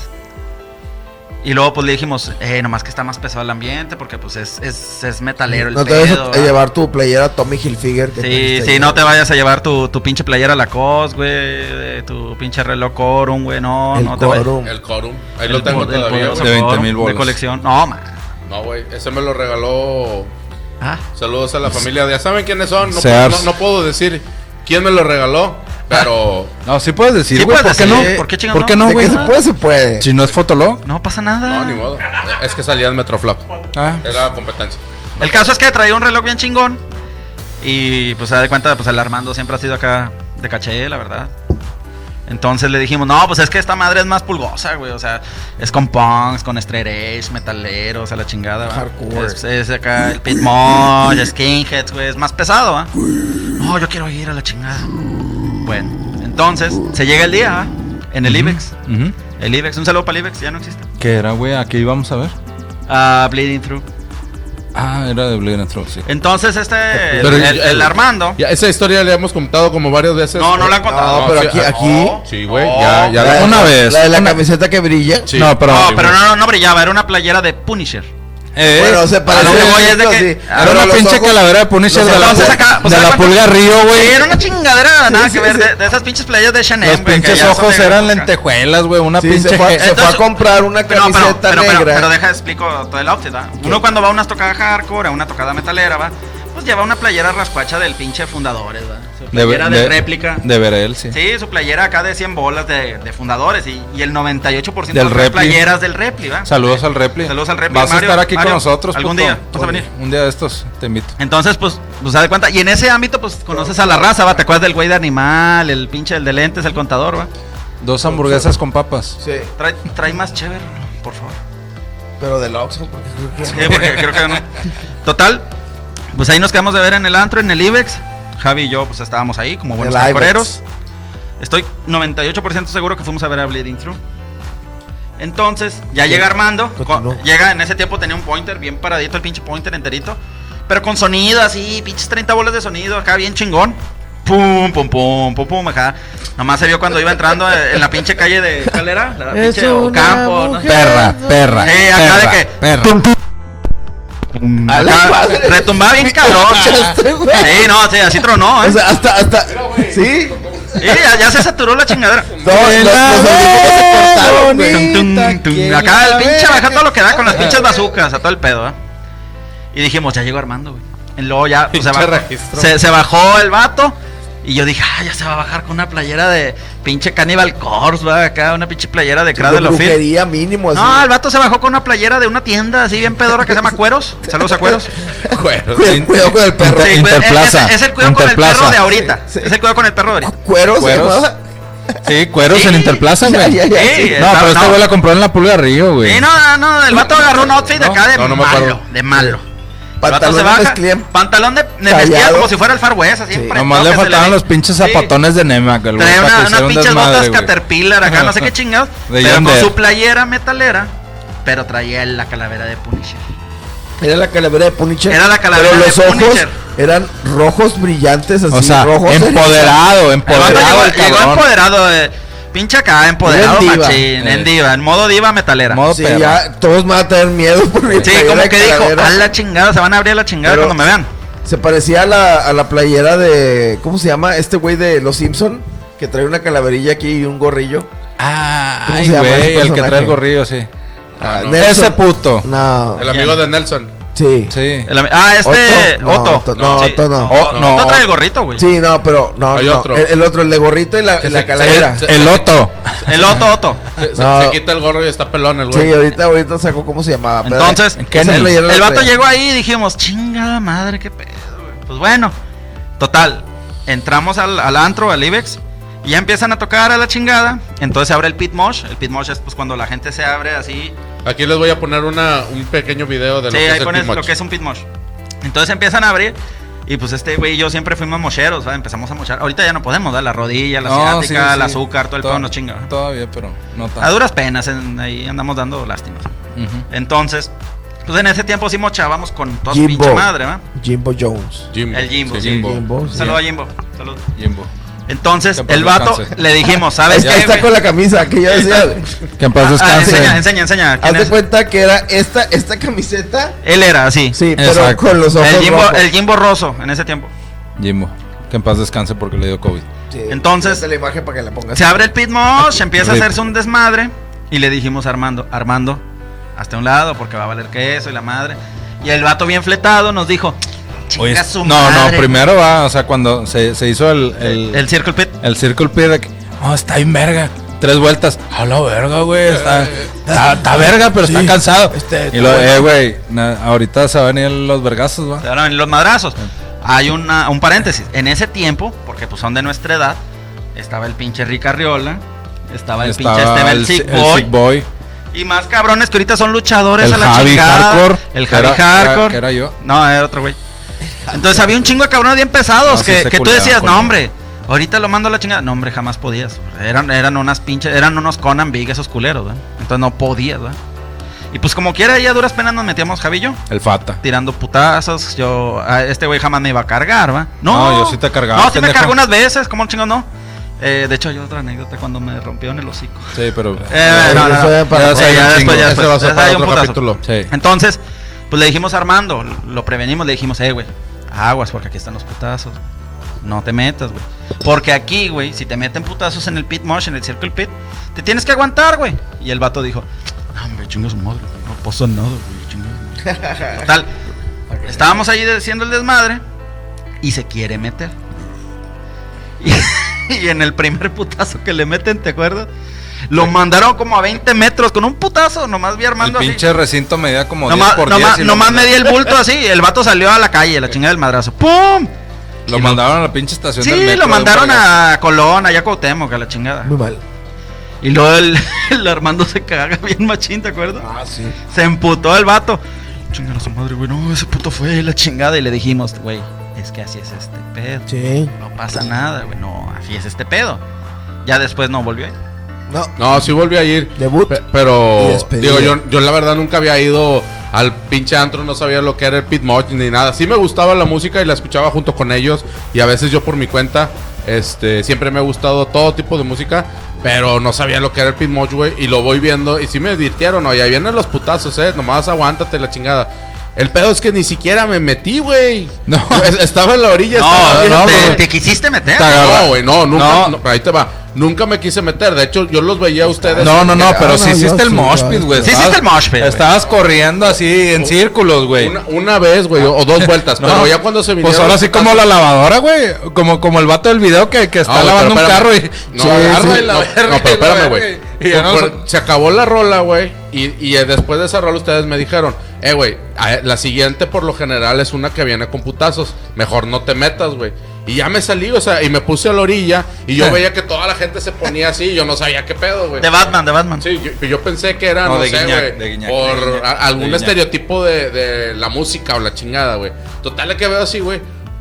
Y luego pues le dijimos, eh, nomás que está más pesado el ambiente, porque pues es, es, es metalero el
No te
pedo,
vayas a
¿verdad?
llevar tu playera Tommy Hilfiger. que
Sí,
trajiste
sí,
ayer.
no te vayas a llevar tu, tu pinche playera Lacoste, güey, de tu pinche reloj Corum, güey, no,
El
no te vayas.
Corum.
El Corum. Ahí
El
lo tengo
po- el
todavía,
poderoso
güey.
De 20,000
Corum
bolas.
De colección, no, man.
No, güey. Ese me lo regaló.
Ah.
Saludos a la familia. Ya saben quiénes son. No, puedo,
Sears.
no, no puedo decir quién me lo regaló, pero.
No, sí puedes decir,
Sí
güey, ¿por
puedes
qué
decir,
no?
¿por qué chingados
¿Por qué
no?
no,
De
güey?
que se puede, se puede.
Si no es Fotolog.
No pasa nada.
No, ni modo. Es que salía en Metroflop.
Ah,
Era competencia.
El caso es que traía un reloj bien chingón. Y pues se da cuenta, pues el Armando siempre ha sido acá de caché, la verdad. Entonces le dijimos, no, pues es que esta madre es más pulgosa, güey. O sea, es con punks, con straight edge, metaleros, a la chingada, ¿va?
Hardcore.
Es, es acá el pit mosh, skinheads, güey. Es más pesado, ¿va? No, yo quiero ir a la chingada. Bueno, entonces se llega el día, ¿va? En el IBEX.
ujú.
El IBEX, un saludo para el IBEX, ya no existe.
¿Qué era, güey? Aquí íbamos a ver.
Ah, Bleeding Through.
Ah, era de Blade and Through, sí.
Entonces este,
Pero
el,
el-
el Armando.
Ya, esa historia la hemos contado como varias veces.
No, no la han contado.
No, pero
sí,
aquí,
ah,
aquí.
Sí, güey.
No,
ya, ya
La
la-
de-
Una vez.
La de la
Una-
camiseta que brilla.
Sí.
No, pero.
No, pero no, no, no brillaba, era una playera de Punisher.
Eh,
Bueno, se parece.
lo que voy es de
esto,
que-
sí.
Ah,
era
Pero
una
los
pinche
ojos-
calavera de Punisher
los
de la,
ojos-
Entonces acá,
pul-
pues,
de
acá
la
cuando-
pulga Río,
Sí,
güey.
era una chingadera, nada
Sí, sí,
que ver,
sí.
de, de esas pinches playeras de Chanel,
Los
güey, que
pinches
ya son
ojos
negras,
eran
acá.
lentejuelas, güey. Una
Sí,
pinche.
se fue, se
je-
fue a
Entonces-
comprar una
No,
camiseta
pero, pero, pero,
negra.
pero deja, explico todo el outfit, ¿va? Uno cuando va a unas tocadas hardcore, a una tocada metalera, ¿va? Pues lleva una playera rascuacha del pinche Fundadores, ¿va? Su playera de, réplica.
De Verel, sí.
Sí, su playera acá de 100 bolas de, de Fundadores y, y el 98%
Del
de las
Repli.
playeras del Repli, ¿va?
Saludos al Repli.
Saludos al Repli,
Vas
Mario,
a estar aquí
Mario,
con nosotros,
algún
puto.
día, vas a venir.
Un día de estos, te invito.
Entonces, pues, pues, haz de cuenta. Y en ese ámbito, pues, conoces a la raza, ¿va? ¿Te acuerdas del güey de animal, el pinche, el de lentes, el contador, va?
Dos hamburguesas con papas.
Sí,
Trae, trae más chévere, por favor.
pero del Oxxo. porque creo que-
Sí, porque creo que no. Total, pues ahí nos quedamos de ver en el antro, en el IBEX. Javi y yo, pues, estábamos ahí como buenos
El Ibex.
correros. Estoy 98% seguro que fuimos a ver a Bleeding Through. Entonces, ya llega Armando. co-
Continuó.
llega, en ese tiempo tenía un pointer bien paradito, el pinche pointer enterito. Pero con sonido así, pinches 30 bolas de sonido acá, bien chingón. Pum, pum, pum, pum, pum, acá. Nomás se vio cuando iba entrando eh, en la pinche calle de Calera, la pinche Ocampo. ¿no?
Perra, perra.
Sí, acá de
perra,
que-
Perra.
A la
Acá,
madre.
retumbaba bien cabrón.
Este güey.
Sí, no, sí, así tronó, ¿eh?
O sea, hasta, hasta. Sí.
Sí, ya, ya se saturó la chingadera.
No, los, los, los amiguitos se cortaron, güey.
Tum, tum, tum. Acá el pinche baja todo lo que da con las pinches bazucas, a todo el pedo, ¿eh? Y dijimos, ya llegó Armando, güey. Y luego ya pues, se,
Pinche
bajó,
registro.
se- se bajó el vato. Y yo dije, ah, ya se va a bajar con una playera de pinche Cannibal Corpse, ¿va? Acá, una pinche playera de Cradle
De
of Filth.
brujería mínimo así.
No, el vato se bajó con una playera de una tienda así bien pedora que se llama Cueros. Saludos a Cueros.
Cuero.
Cuida- Cuidado con el perro.
Sí, güey,
Interplaza,
es- Es, es el cuidado
Interplaza.
con el perro de ahorita.
Sí, sí.
Es el cuidado con el perro de ahorita.
Cueros. se
Cueros.
llamaba.
Sí, cueros
Sí.
en Interplaza,
Ya,
güey.
ya, ya.
Sí,
No,
estaba-
pero esta
no.
güey la compró en la pulga Río, güey.
Sí, no, no, el vato agarró un outfit de
No,
acá de
no, no me
malo,
acuerdo.
de malo. El vato
Pantalón
se
de
baja,
mezclilla.
Pantalón de, de mezclilla
Tallado.
como si fuera el Far West, así.
Sí.
apretado
Nomás le
que se
faltaban
ve.
los pinches
Sí.
zapatones de Nemac, güey.
Traía
para que
unas
hiciera
unas
un
pinches
desmadre,
botas
güey.
Caterpillar acá, no sé qué chingados.
De
pero con
Yonder.
su playera metalera, pero traía la calavera de Punisher.
Era la calavera de Punisher.
Era la calavera
pero
de
los ojos
Punisher.
eran rojos brillantes, así
O sea,
rojos. ¿eh?
empoderado,
El vato
empoderado
llegó-
el
llegó
cabrón.
empoderado. eh, Pinche acá, empoderado,
Bien diva.
machín,
Eh.
en diva, en modo diva metalera.
Modo
Sí,
perra.
ya todos me van a tener miedo por mi
sí,
playera
como
de
que dijo,
calavera.
a la chingada, se van a abrir a la chingada
Pero-
cuando me vean.
Se parecía a la, a la playera de. ¿Cómo se llama? Este güey de Los Simpson que trae una calaverilla aquí y un gorrillo.
Ah,
¿Cómo
ay,
se llama ese
güey, el que
personaje?
trae el gorrillo, sí.
Ah, no.
Nelson.
Ese puto.
No.
El amigo de Nelson.
Sí. Sí.
Oh. Sí.
El ami- ah, este,
Otto. No,
Otto.
Otto, no,
sí.
Otto no.
Oh, no.
Otto trae el gorrito, güey.
no, pero. No,
Hay
no.
otro.
El, el otro, el de gorrito y la,
Que
la
se-
calavera.
se-
El Otto.
El Otto, Otto.
Se, se-
No.
se quita el gorro y está pelón el
Sí,
güey.
ahorita, ahorita saco cómo se llamaba. pero-
Entonces,
esa
Kenny.
playera la
El vato
traía.
llegó ahí y dijimos, chingada madre, qué pedo, güey". Pues bueno, total, entramos al, al antro, al IBEX, y ya empiezan a tocar a la chingada. Entonces se abre el pit mosh. El pit mosh es pues cuando la gente se abre así.
Aquí les voy a poner una, un pequeño video de lo
Sí,
que es
ahí
el
pones
Pimoch.
lo que es un pit mosh. Entonces empiezan a abrir. Y pues este güey y yo siempre fuimos mocheros, ¿verdad? empezamos a mochar. Ahorita ya no podemos, ¿verdad? La rodilla, la
No,
ciática,
sí,
el
sí.
azúcar, todo el
To-
pedo nos chinga. ¿verdad?
Todavía, pero no tanto.
A duras penas, en- ahí andamos dando lástimas.
Ujú.
Entonces, pues en ese tiempo sí mochábamos con toda
Jimbo.
pinche madre, ¿verdad?
Jimbo Jones.
Jimbo.
El Jimbo, sí.
Jimbo, sí.
Saludos a Jimbo. Salud.
Jimbo.
Entonces,
Que en
el
paz
vato
descanse.
le dijimos,
Es
¿sabes
que
qué?
ahí está
güey?
con la camisa que yo decía.
Que en paz
Ah,
descanse.
enseña, enseña, enseña. ¿quién
Haz de
es?
cuenta que era esta, esta camiseta.
Él era así.
Sí, pero
Exacto.
con los ojos.
el, Jimbo,
rojos.
el Jimbo Rosso en ese tiempo.
Jimbo. Que en paz descanse porque le dio COVID.
Sí,
Entonces-
ponte la imagen para que la pongas.
Se abre el pit mosh, empieza a
Rip.
hacerse un desmadre. Y le dijimos a Armando, Armando, hasta un lado porque va a valer queso y la madre. Y el vato bien fletado nos dijo, chinga
Oye,
su
no,
madre.
no, primero va, o sea, cuando se, se hizo el, el,
El, el Circle Pit.
el Circle Pit, de que, "Oh, está bien verga. Tres vueltas. A la verga, güey. Está, está, está verga, pero está cansado.
Este,
y lo, eh, güey, na- ahorita se van a venir los vergazos, va.
Se van a venir los madrazos. Hay una- un paréntesis. En ese tiempo, porque pues son de nuestra edad, estaba el pinche Ricarriola, estaba el pinche
Estaba
Esteban
el,
Sick
si- el
Boy,
Sick Boy.
Y más cabrones que ahorita son luchadores
El
a la
Javi
chingada.
Hardcore.
El
Que
Javi
era-
Hardcore.
era- que era yo.
No, era otro güey. Entonces había un chingo de cabrones bien pesados
No, sí
que,
se
que tú
culeaban
decías,
con
no
él".
hombre, ahorita lo mando a la chingada. No hombre, jamás podías. Eran, eran unas pinches, eran unos Conan Big esos culeros, ¿verdad? Entonces no podías, ¿verdad? Y pues como quiera, ahí a duras penas nos metíamos Javi y yo,
El Fata.
tirando putazos. Yo, a este güey jamás me iba a cargar, ¿va? No,
No, yo sí te cargaba,
No, sí me
pendejo.
cargó unas veces, ¿cómo chingo no? Eh, de hecho, hay otra anécdota cuando me rompieron el hocico.
Sí, pero.
Eh, no, no,
eso
no.
ya para-
Ya,
ya,
ya,
un
después,
chingo.
ya,
Ese
después.
va a ser
Ya
para
hay un
otro
putazo.
capítulo.
Sí.
Entonces, pues le dijimos a Armando, lo prevenimos, le dijimos, eh, güey, aguas porque aquí están los putazos. No te metas, güey. Porque aquí, güey, si te meten putazos en el pit mosh, en el circle pit, te tienes que aguantar, güey. Y el vato dijo, no, hombre, chingo su madre, güey, no pasa nada, güey, chingo su madre". Total, estábamos ahí haciendo el desmadre y se quiere meter. Y, y en el primer putazo que le meten, ¿te acuerdas? Lo mandaron como a 20 metros con un putazo, nomás vi a
El
Armando así.
pinche recinto medía como 10
Nomás,
por 10.
nomás,
y lo
nomás me
mandaron-
di el bulto así, el vato salió a la calle, la chingada del madrazo. ¡Pum!
Lo mandaron a la pinche estación del
Sí,
metro,
lo mandaron
güey.
a Colón, allá a Cuauhtémoc, a la chingada.
Muy mal.
Y luego el, el Armando se caga bien machín, ¿te acuerdas?
Ah, sí.
Se emputó el vato. Chingada su madre, güey, no, ese puto fue la chingada. Y le dijimos, güey, es que así es este pedo.
Sí.
No pasa nada, güey, no, así es este pedo. Ya después no volvió ahí.
No.
No, sí volví a ir.
Debut.
Pe-
Y
Pero,
despedida.
digo, yo, yo la verdad nunca había ido al pinche antro, no sabía lo que era el pit mosh ni nada. Sí me gustaba la música y la escuchaba junto con ellos. Y a veces yo por mi cuenta, este, siempre me ha gustado todo tipo de música. Pero no sabía lo que era el pit mosh, güey. Y lo voy viendo y sí me divirtieron, oye, ahí vienen los putazos, eh. Nomás aguántate la chingada. El pedo es que ni siquiera me metí, güey.
No.
Es- Estaba en la orilla. estaba-
no,
te,
güey.
te quisiste meter.
Está-
No, güey, no, nunca.
No.
no, ahí te va. Nunca me quise meter. De hecho, yo los veía a ustedes.
No, no, no, pero
Ah, no,
sí hiciste
yo
el
sí,
mosh
yo
pit,
sí.
güey.
Sí
Estabas-
hiciste el mosh pit, güey.
Estabas corriendo así en círculos, güey.
Una, una vez, güey, o o dos vueltas,
No.
pero ya cuando se vinieron...
Pues ahora sí como la lavadora, güey. Como, como el vato del video que, que está
No, güey,
lavando un
Ah, pero
carro
espérame.
y...
No,
se agarra y la
no,
verga
no,
y la
pero espérame,
verga
güey.
y- y ya no-
Pues, pues, Se acabó la rola, güey, y, y, eh, después de esa rola ustedes me dijeron, eh, güey, a- la siguiente por lo general es una que viene con putazos, mejor no te metas, güey. Y ya me salí, o sea, y me puse a la orilla y
Eh.
yo veía que toda la gente se ponía así y yo no sabía qué pedo, güey.
De Batman, de Batman.
Sí, yo, yo pensé que era,
No,
no,
de
sé,
Guiñac,
güey,
de Guiñac,
por
de Guiñac,
a- algún
de Guiñac.
estereotipo de, de la música o la chingada, güey. Total, es que veo así, güey.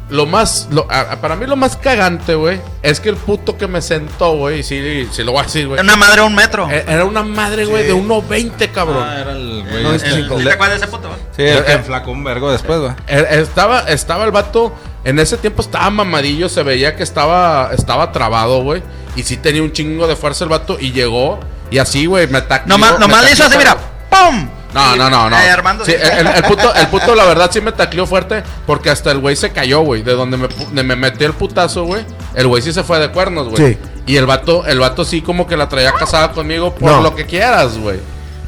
Lo más, lo- a- a- para mí lo más cagante, güey, es que el puto que me sentó, güey, y sí, sí lo voy a decir, güey.
Una madre a un metro.
e- Era una madre, güey, de 1.20, cabrón.
Ah, era el güey
El-
este.
el- eh, ¿sí ¿Te acuerdas de ese puto? güey?
Sí, el
eh,
que enflacó un vergo después, güey.
Eh, Estaba, estaba el vato, en ese tiempo estaba mamadillo, se veía que estaba, estaba trabado, güey. Y sí tenía un chingo de fuerza el vato y llegó. Y así, güey, me atacó.
Nomás, nomás le hizo así, mira, ¡pum!
No,
Y-
no, no, no.
eh, Armando,
Sí,
sí.
el, el puto, el puto, la verdad, sí me tacleó fuerte. Porque hasta el güey se cayó, güey. De donde me, pu- de me metí el putazo, güey. El güey sí se fue de cuernos, güey.
Sí.
Y el vato, el vato sí como que la traía casada conmigo por
No.
lo que quieras, güey.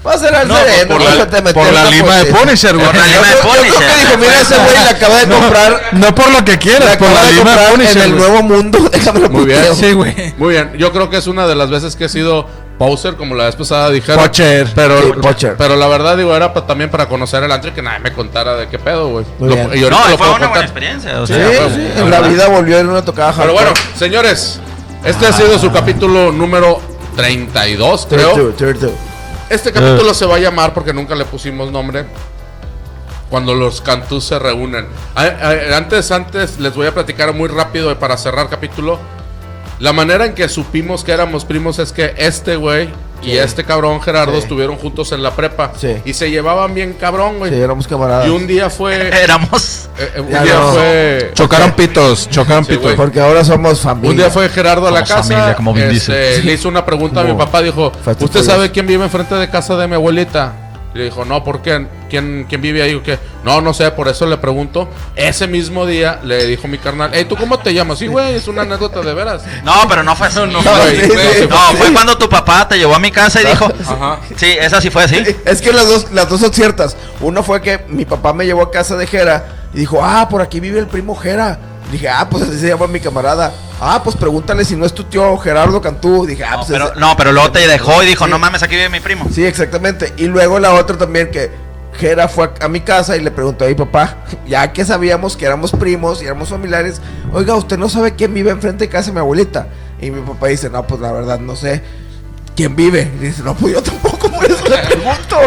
Va a ser al
No,
sereno,
por la-
déjate meter
por la
una
lima de
putiza.
Punisher, güey.
Por la
Yo,
lima de
creo- yo creo que
Punisher.
dijo, mira, ese güey le acaba de
No,
comprar.
No por lo que
le
quieras, por
acaba
la
de
lima de
comprar
Punisher.
en el
güey.
nuevo mundo. Déjame lo
Muy bien.
puteo.
Sí, güey.
Muy bien, yo creo que es una de las veces que he sido poser, como la vez pasada dijeron.
Pocher.
Pero,
Sí, pocher.
pero la verdad, digo, era pa- también para conocer el antro y que nadie me contara de qué pedo, güey.
Muy
Lo-
bien.
y ahorita
No,
lo
fue
puedo
una buena
contar.
experiencia. O
Sí,
sea, pues, fue-
sí,
fue
en la
una-
vida volvió en una tocada.
Pero bueno,
hardcore.
señores, este ha sido su capítulo número 32, creo.
32, 32.
Este
Eh.
capítulo se va a llamar porque nunca le pusimos nombre. Cuando los Cantú se reúnen. A- a- Antes, antes les voy a platicar muy rápido eh, para cerrar capítulo. La manera en que supimos que éramos primos es que este güey y
Sí.
este cabrón Gerardo
Sí.
estuvieron juntos en la prepa.
Sí.
Y se llevaban bien cabrón, güey.
Sí, éramos camaradas.
y un día fue... eh,
Éramos.
eh, un
Ya
día
no.
fue...
Chocaron pitos, chocaron
Sí,
pitos.
güey.
Porque ahora somos familia.
Un día fue Gerardo a la
Somos
casa.
familia, como bien
este,
dice.
Le hizo una pregunta a mi
Como
papá. Dijo:
Fast and
¿Usted
Furious.
sabe quién vive enfrente de casa de mi abuelita? Y le dijo: No, ¿por qué? ¿Quién, quién vive ahí? o qué?". No, no sé, por eso le pregunto. Ese mismo día le dijo mi carnal: Hey, ¿tú cómo te llamas? Sí, güey, es una anécdota de veras.
No, pero no fue eso.
No,
No,
Güey,
sí,
güey,
sí.
se
No, fue cuando tu papá te llevó a mi casa y dijo.
Ajá.
Sí, esa sí fue así.
Es que las dos, las dos son ciertas. Uno fue que mi papá me llevó a casa de Jera y dijo, ah, por aquí vive el primo Jera. Dije, ah, pues así se llama mi camarada. Ah, pues pregúntale si no es tu tío Gerardo Cantú. Dije, ah,
No,
pues
pero,
ese-
no, pero luego te dejó y dijo,
Sí.
no mames, aquí vive mi primo.
Sí, exactamente. Y luego la otra también que Jera fue a, a mi casa y le preguntó a mi papá, ya que sabíamos que éramos primos y éramos familiares, oiga, usted no sabe quién vive enfrente de casa de mi abuelita. Y mi papá dice, no, pues la verdad no sé. ¿Quién vive? Y dice, no, pues yo tampoco, por eso le pregunto.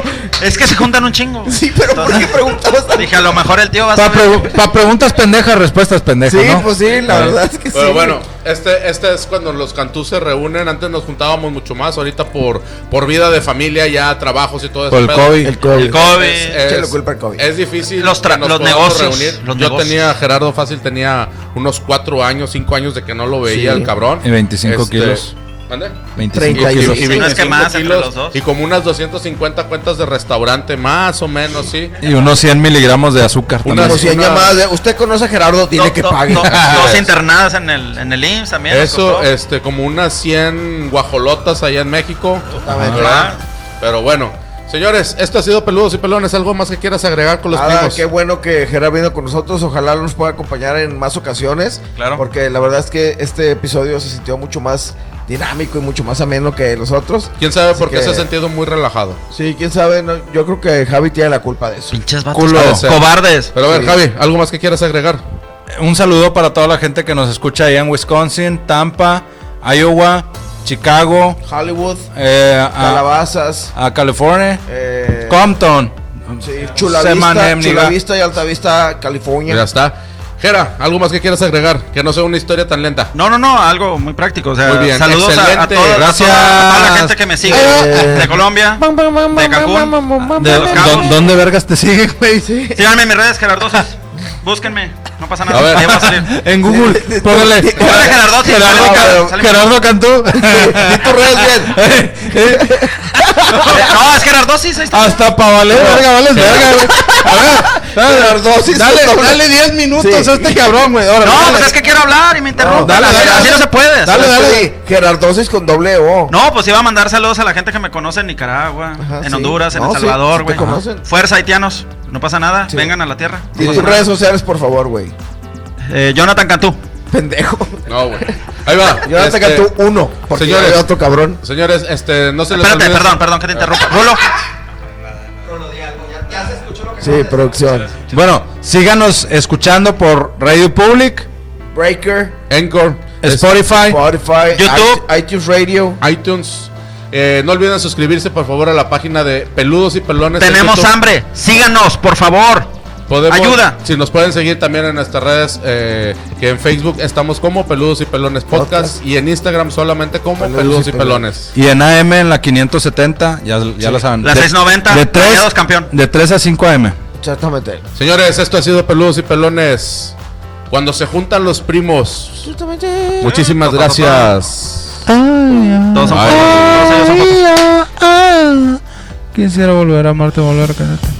Es que se juntan un chingo.
Sí, pero ¿por qué
Entonces,
preguntabas tan-
Dije, a lo mejor el tío va a
Para
saber.
preguntas pendejas, respuestas pendejas.
Sí,
¿no?
pues sí, la
Eh,
verdad es que sí.
Pero bueno, este, este es cuando los Cantú se reúnen. Antes nos juntábamos mucho más. Ahorita por, por vida de familia, ya trabajos y todo eso.
Por el COVID.
el COVID.
El COVID.
eh,
Échale culpa al COVID.
es difícil.
Los tra-
que nos
los
podamos
negocios, los
Yo
negocios.
tenía, Gerardo Fácil tenía unos 4 años, 5 años de que no lo veía
Sí.
el cabrón. Este,
Y 25 kilos.
¿Mande?
25
30 y-
kilos.
Sí,
y
sí,
es que
25
más entre los dos.
Y como unas 250 cuentas de restaurante, más o menos, sí.
Y unos 100 miligramos de azúcar
Una
también.
Como si
una-
llamadas de, usted conoce a Gerardo, dile
Do-
que
do-
pague.
do- dos internadas en el, en el IMSS también. nos
Eso,
costó.
este, como unas 100 guajolotas allá en México.
Totalmente.
¿verdad? Pero bueno, señores, esto ha sido Peludos y Pelones. ¿Algo más que quieras agregar con los
Nada,
primos?
qué bueno que Gerardo vino con nosotros. Ojalá nos pueda acompañar en más ocasiones.
Claro.
Porque la verdad es que este episodio se sintió mucho más dinámico y mucho más ameno que los otros.
¿Quién sabe
Así
por qué
que-
se ha sentido muy relajado?
Sí, quién sabe. no, yo creo que Javi tiene la culpa de eso.
Pinches vatos
Culo.
co- cobardes.
Pero a ver,
Sí.
Javi, ¿algo más que quieras agregar?
Un saludo para toda la gente que nos escucha allá en Wisconsin, Tampa, Iowa, Chicago,
Hollywood,
eh,
Ah.
a,
calabazas,
a California,
eh,
Compton.
sí, Chula
Semanem,
Vista,
ni
Chula
va.
Vista y Altavista, California.
Ya está. Gera, ¿algo más que quieras agregar? Que no sea una historia tan lenta.
No, no, no, algo muy práctico. O sea,
Muy bien,
saludos a- a,
excelente,
toda- a
gracias.
toda, a toda la gente que me sigue.
Eh.
De Colombia, de Cancún.
De-
Los Cabos.
¿dó- ¿Dónde vergas te sigue, güey?
Síganme en mis redes, Gerardosas. Búsquenme, no pasa nada.
A ver.
ahí va a salir.
En Google, póngale
Póngale Gerardosis,
Gerardo,
sale-
Ca-
sale-
Gerardo Cantú.
Di tus redes bien.
Eh, eh,
No, es Gerardosis, ahí está.
Hasta pa' valer, verga, vales verga, güey. A ver,
Gerardosis,
dale,
cabrón.
dale 10 minutos
Sí.
a este cabrón, güey. Ahora,
No,
dale.
pues es que quiero hablar y me interrumpen.
dale,
así,
dale,
así no
dale.
se puede. así
Dale,
no se
dale.
Sí, Gerardosis con doble O.
No, pues iba a mandar saludos a la gente que me conoce en Nicaragua,
Ajá,
en
sí.
Honduras, en
No,
El
sí,
Salvador,
sí
güey.
te conocen.
Fuerza haitianos, no pasa nada,
Sí.
vengan a la tierra.
Di tus redes sociales, por favor, güey.
Eh, Jonathan Cantú.
Pendejo.
No, güey. Ahí va.
Yo no
Este,
te tú uno. Porque
señores.
yo era otro cabrón.
Señores, este, no se les
Espérate,
olvide-
perdón, perdón que te interrumpa. Rulo,
Sí, producción.
Bueno, síganos escuchando por Radio Public,
Breaker,
Anchor,
Spotify.
Spotify,
YouTube.
i- iTunes Radio.
iTunes. Eh, no olviden suscribirse, por favor, a la página de Peludos y Pelones. en
tenemos
YouTube.
hambre, síganos, por favor.
Podemos-
Ayuda.
Si nos pueden seguir también en nuestras redes, eh, que en Facebook estamos como Peludos y Pelones Podcast,
Podcast.
y en Instagram solamente como Peludos,
Peludos
y
y
Pelones.
Y en AM en la 570, ya, ya lo saben.
La
De-
690,
de 3,
Rayados campeón.
De 3 a 5 AM.
Exactamente.
Señores, esto ha sido Peludos y Pelones. Cuando se juntan los primos. Muchísimas gracias.
Todos son
Ay.
jotos, todos ellos son jotos.
Quisiera volver a amarte, volver a quererte.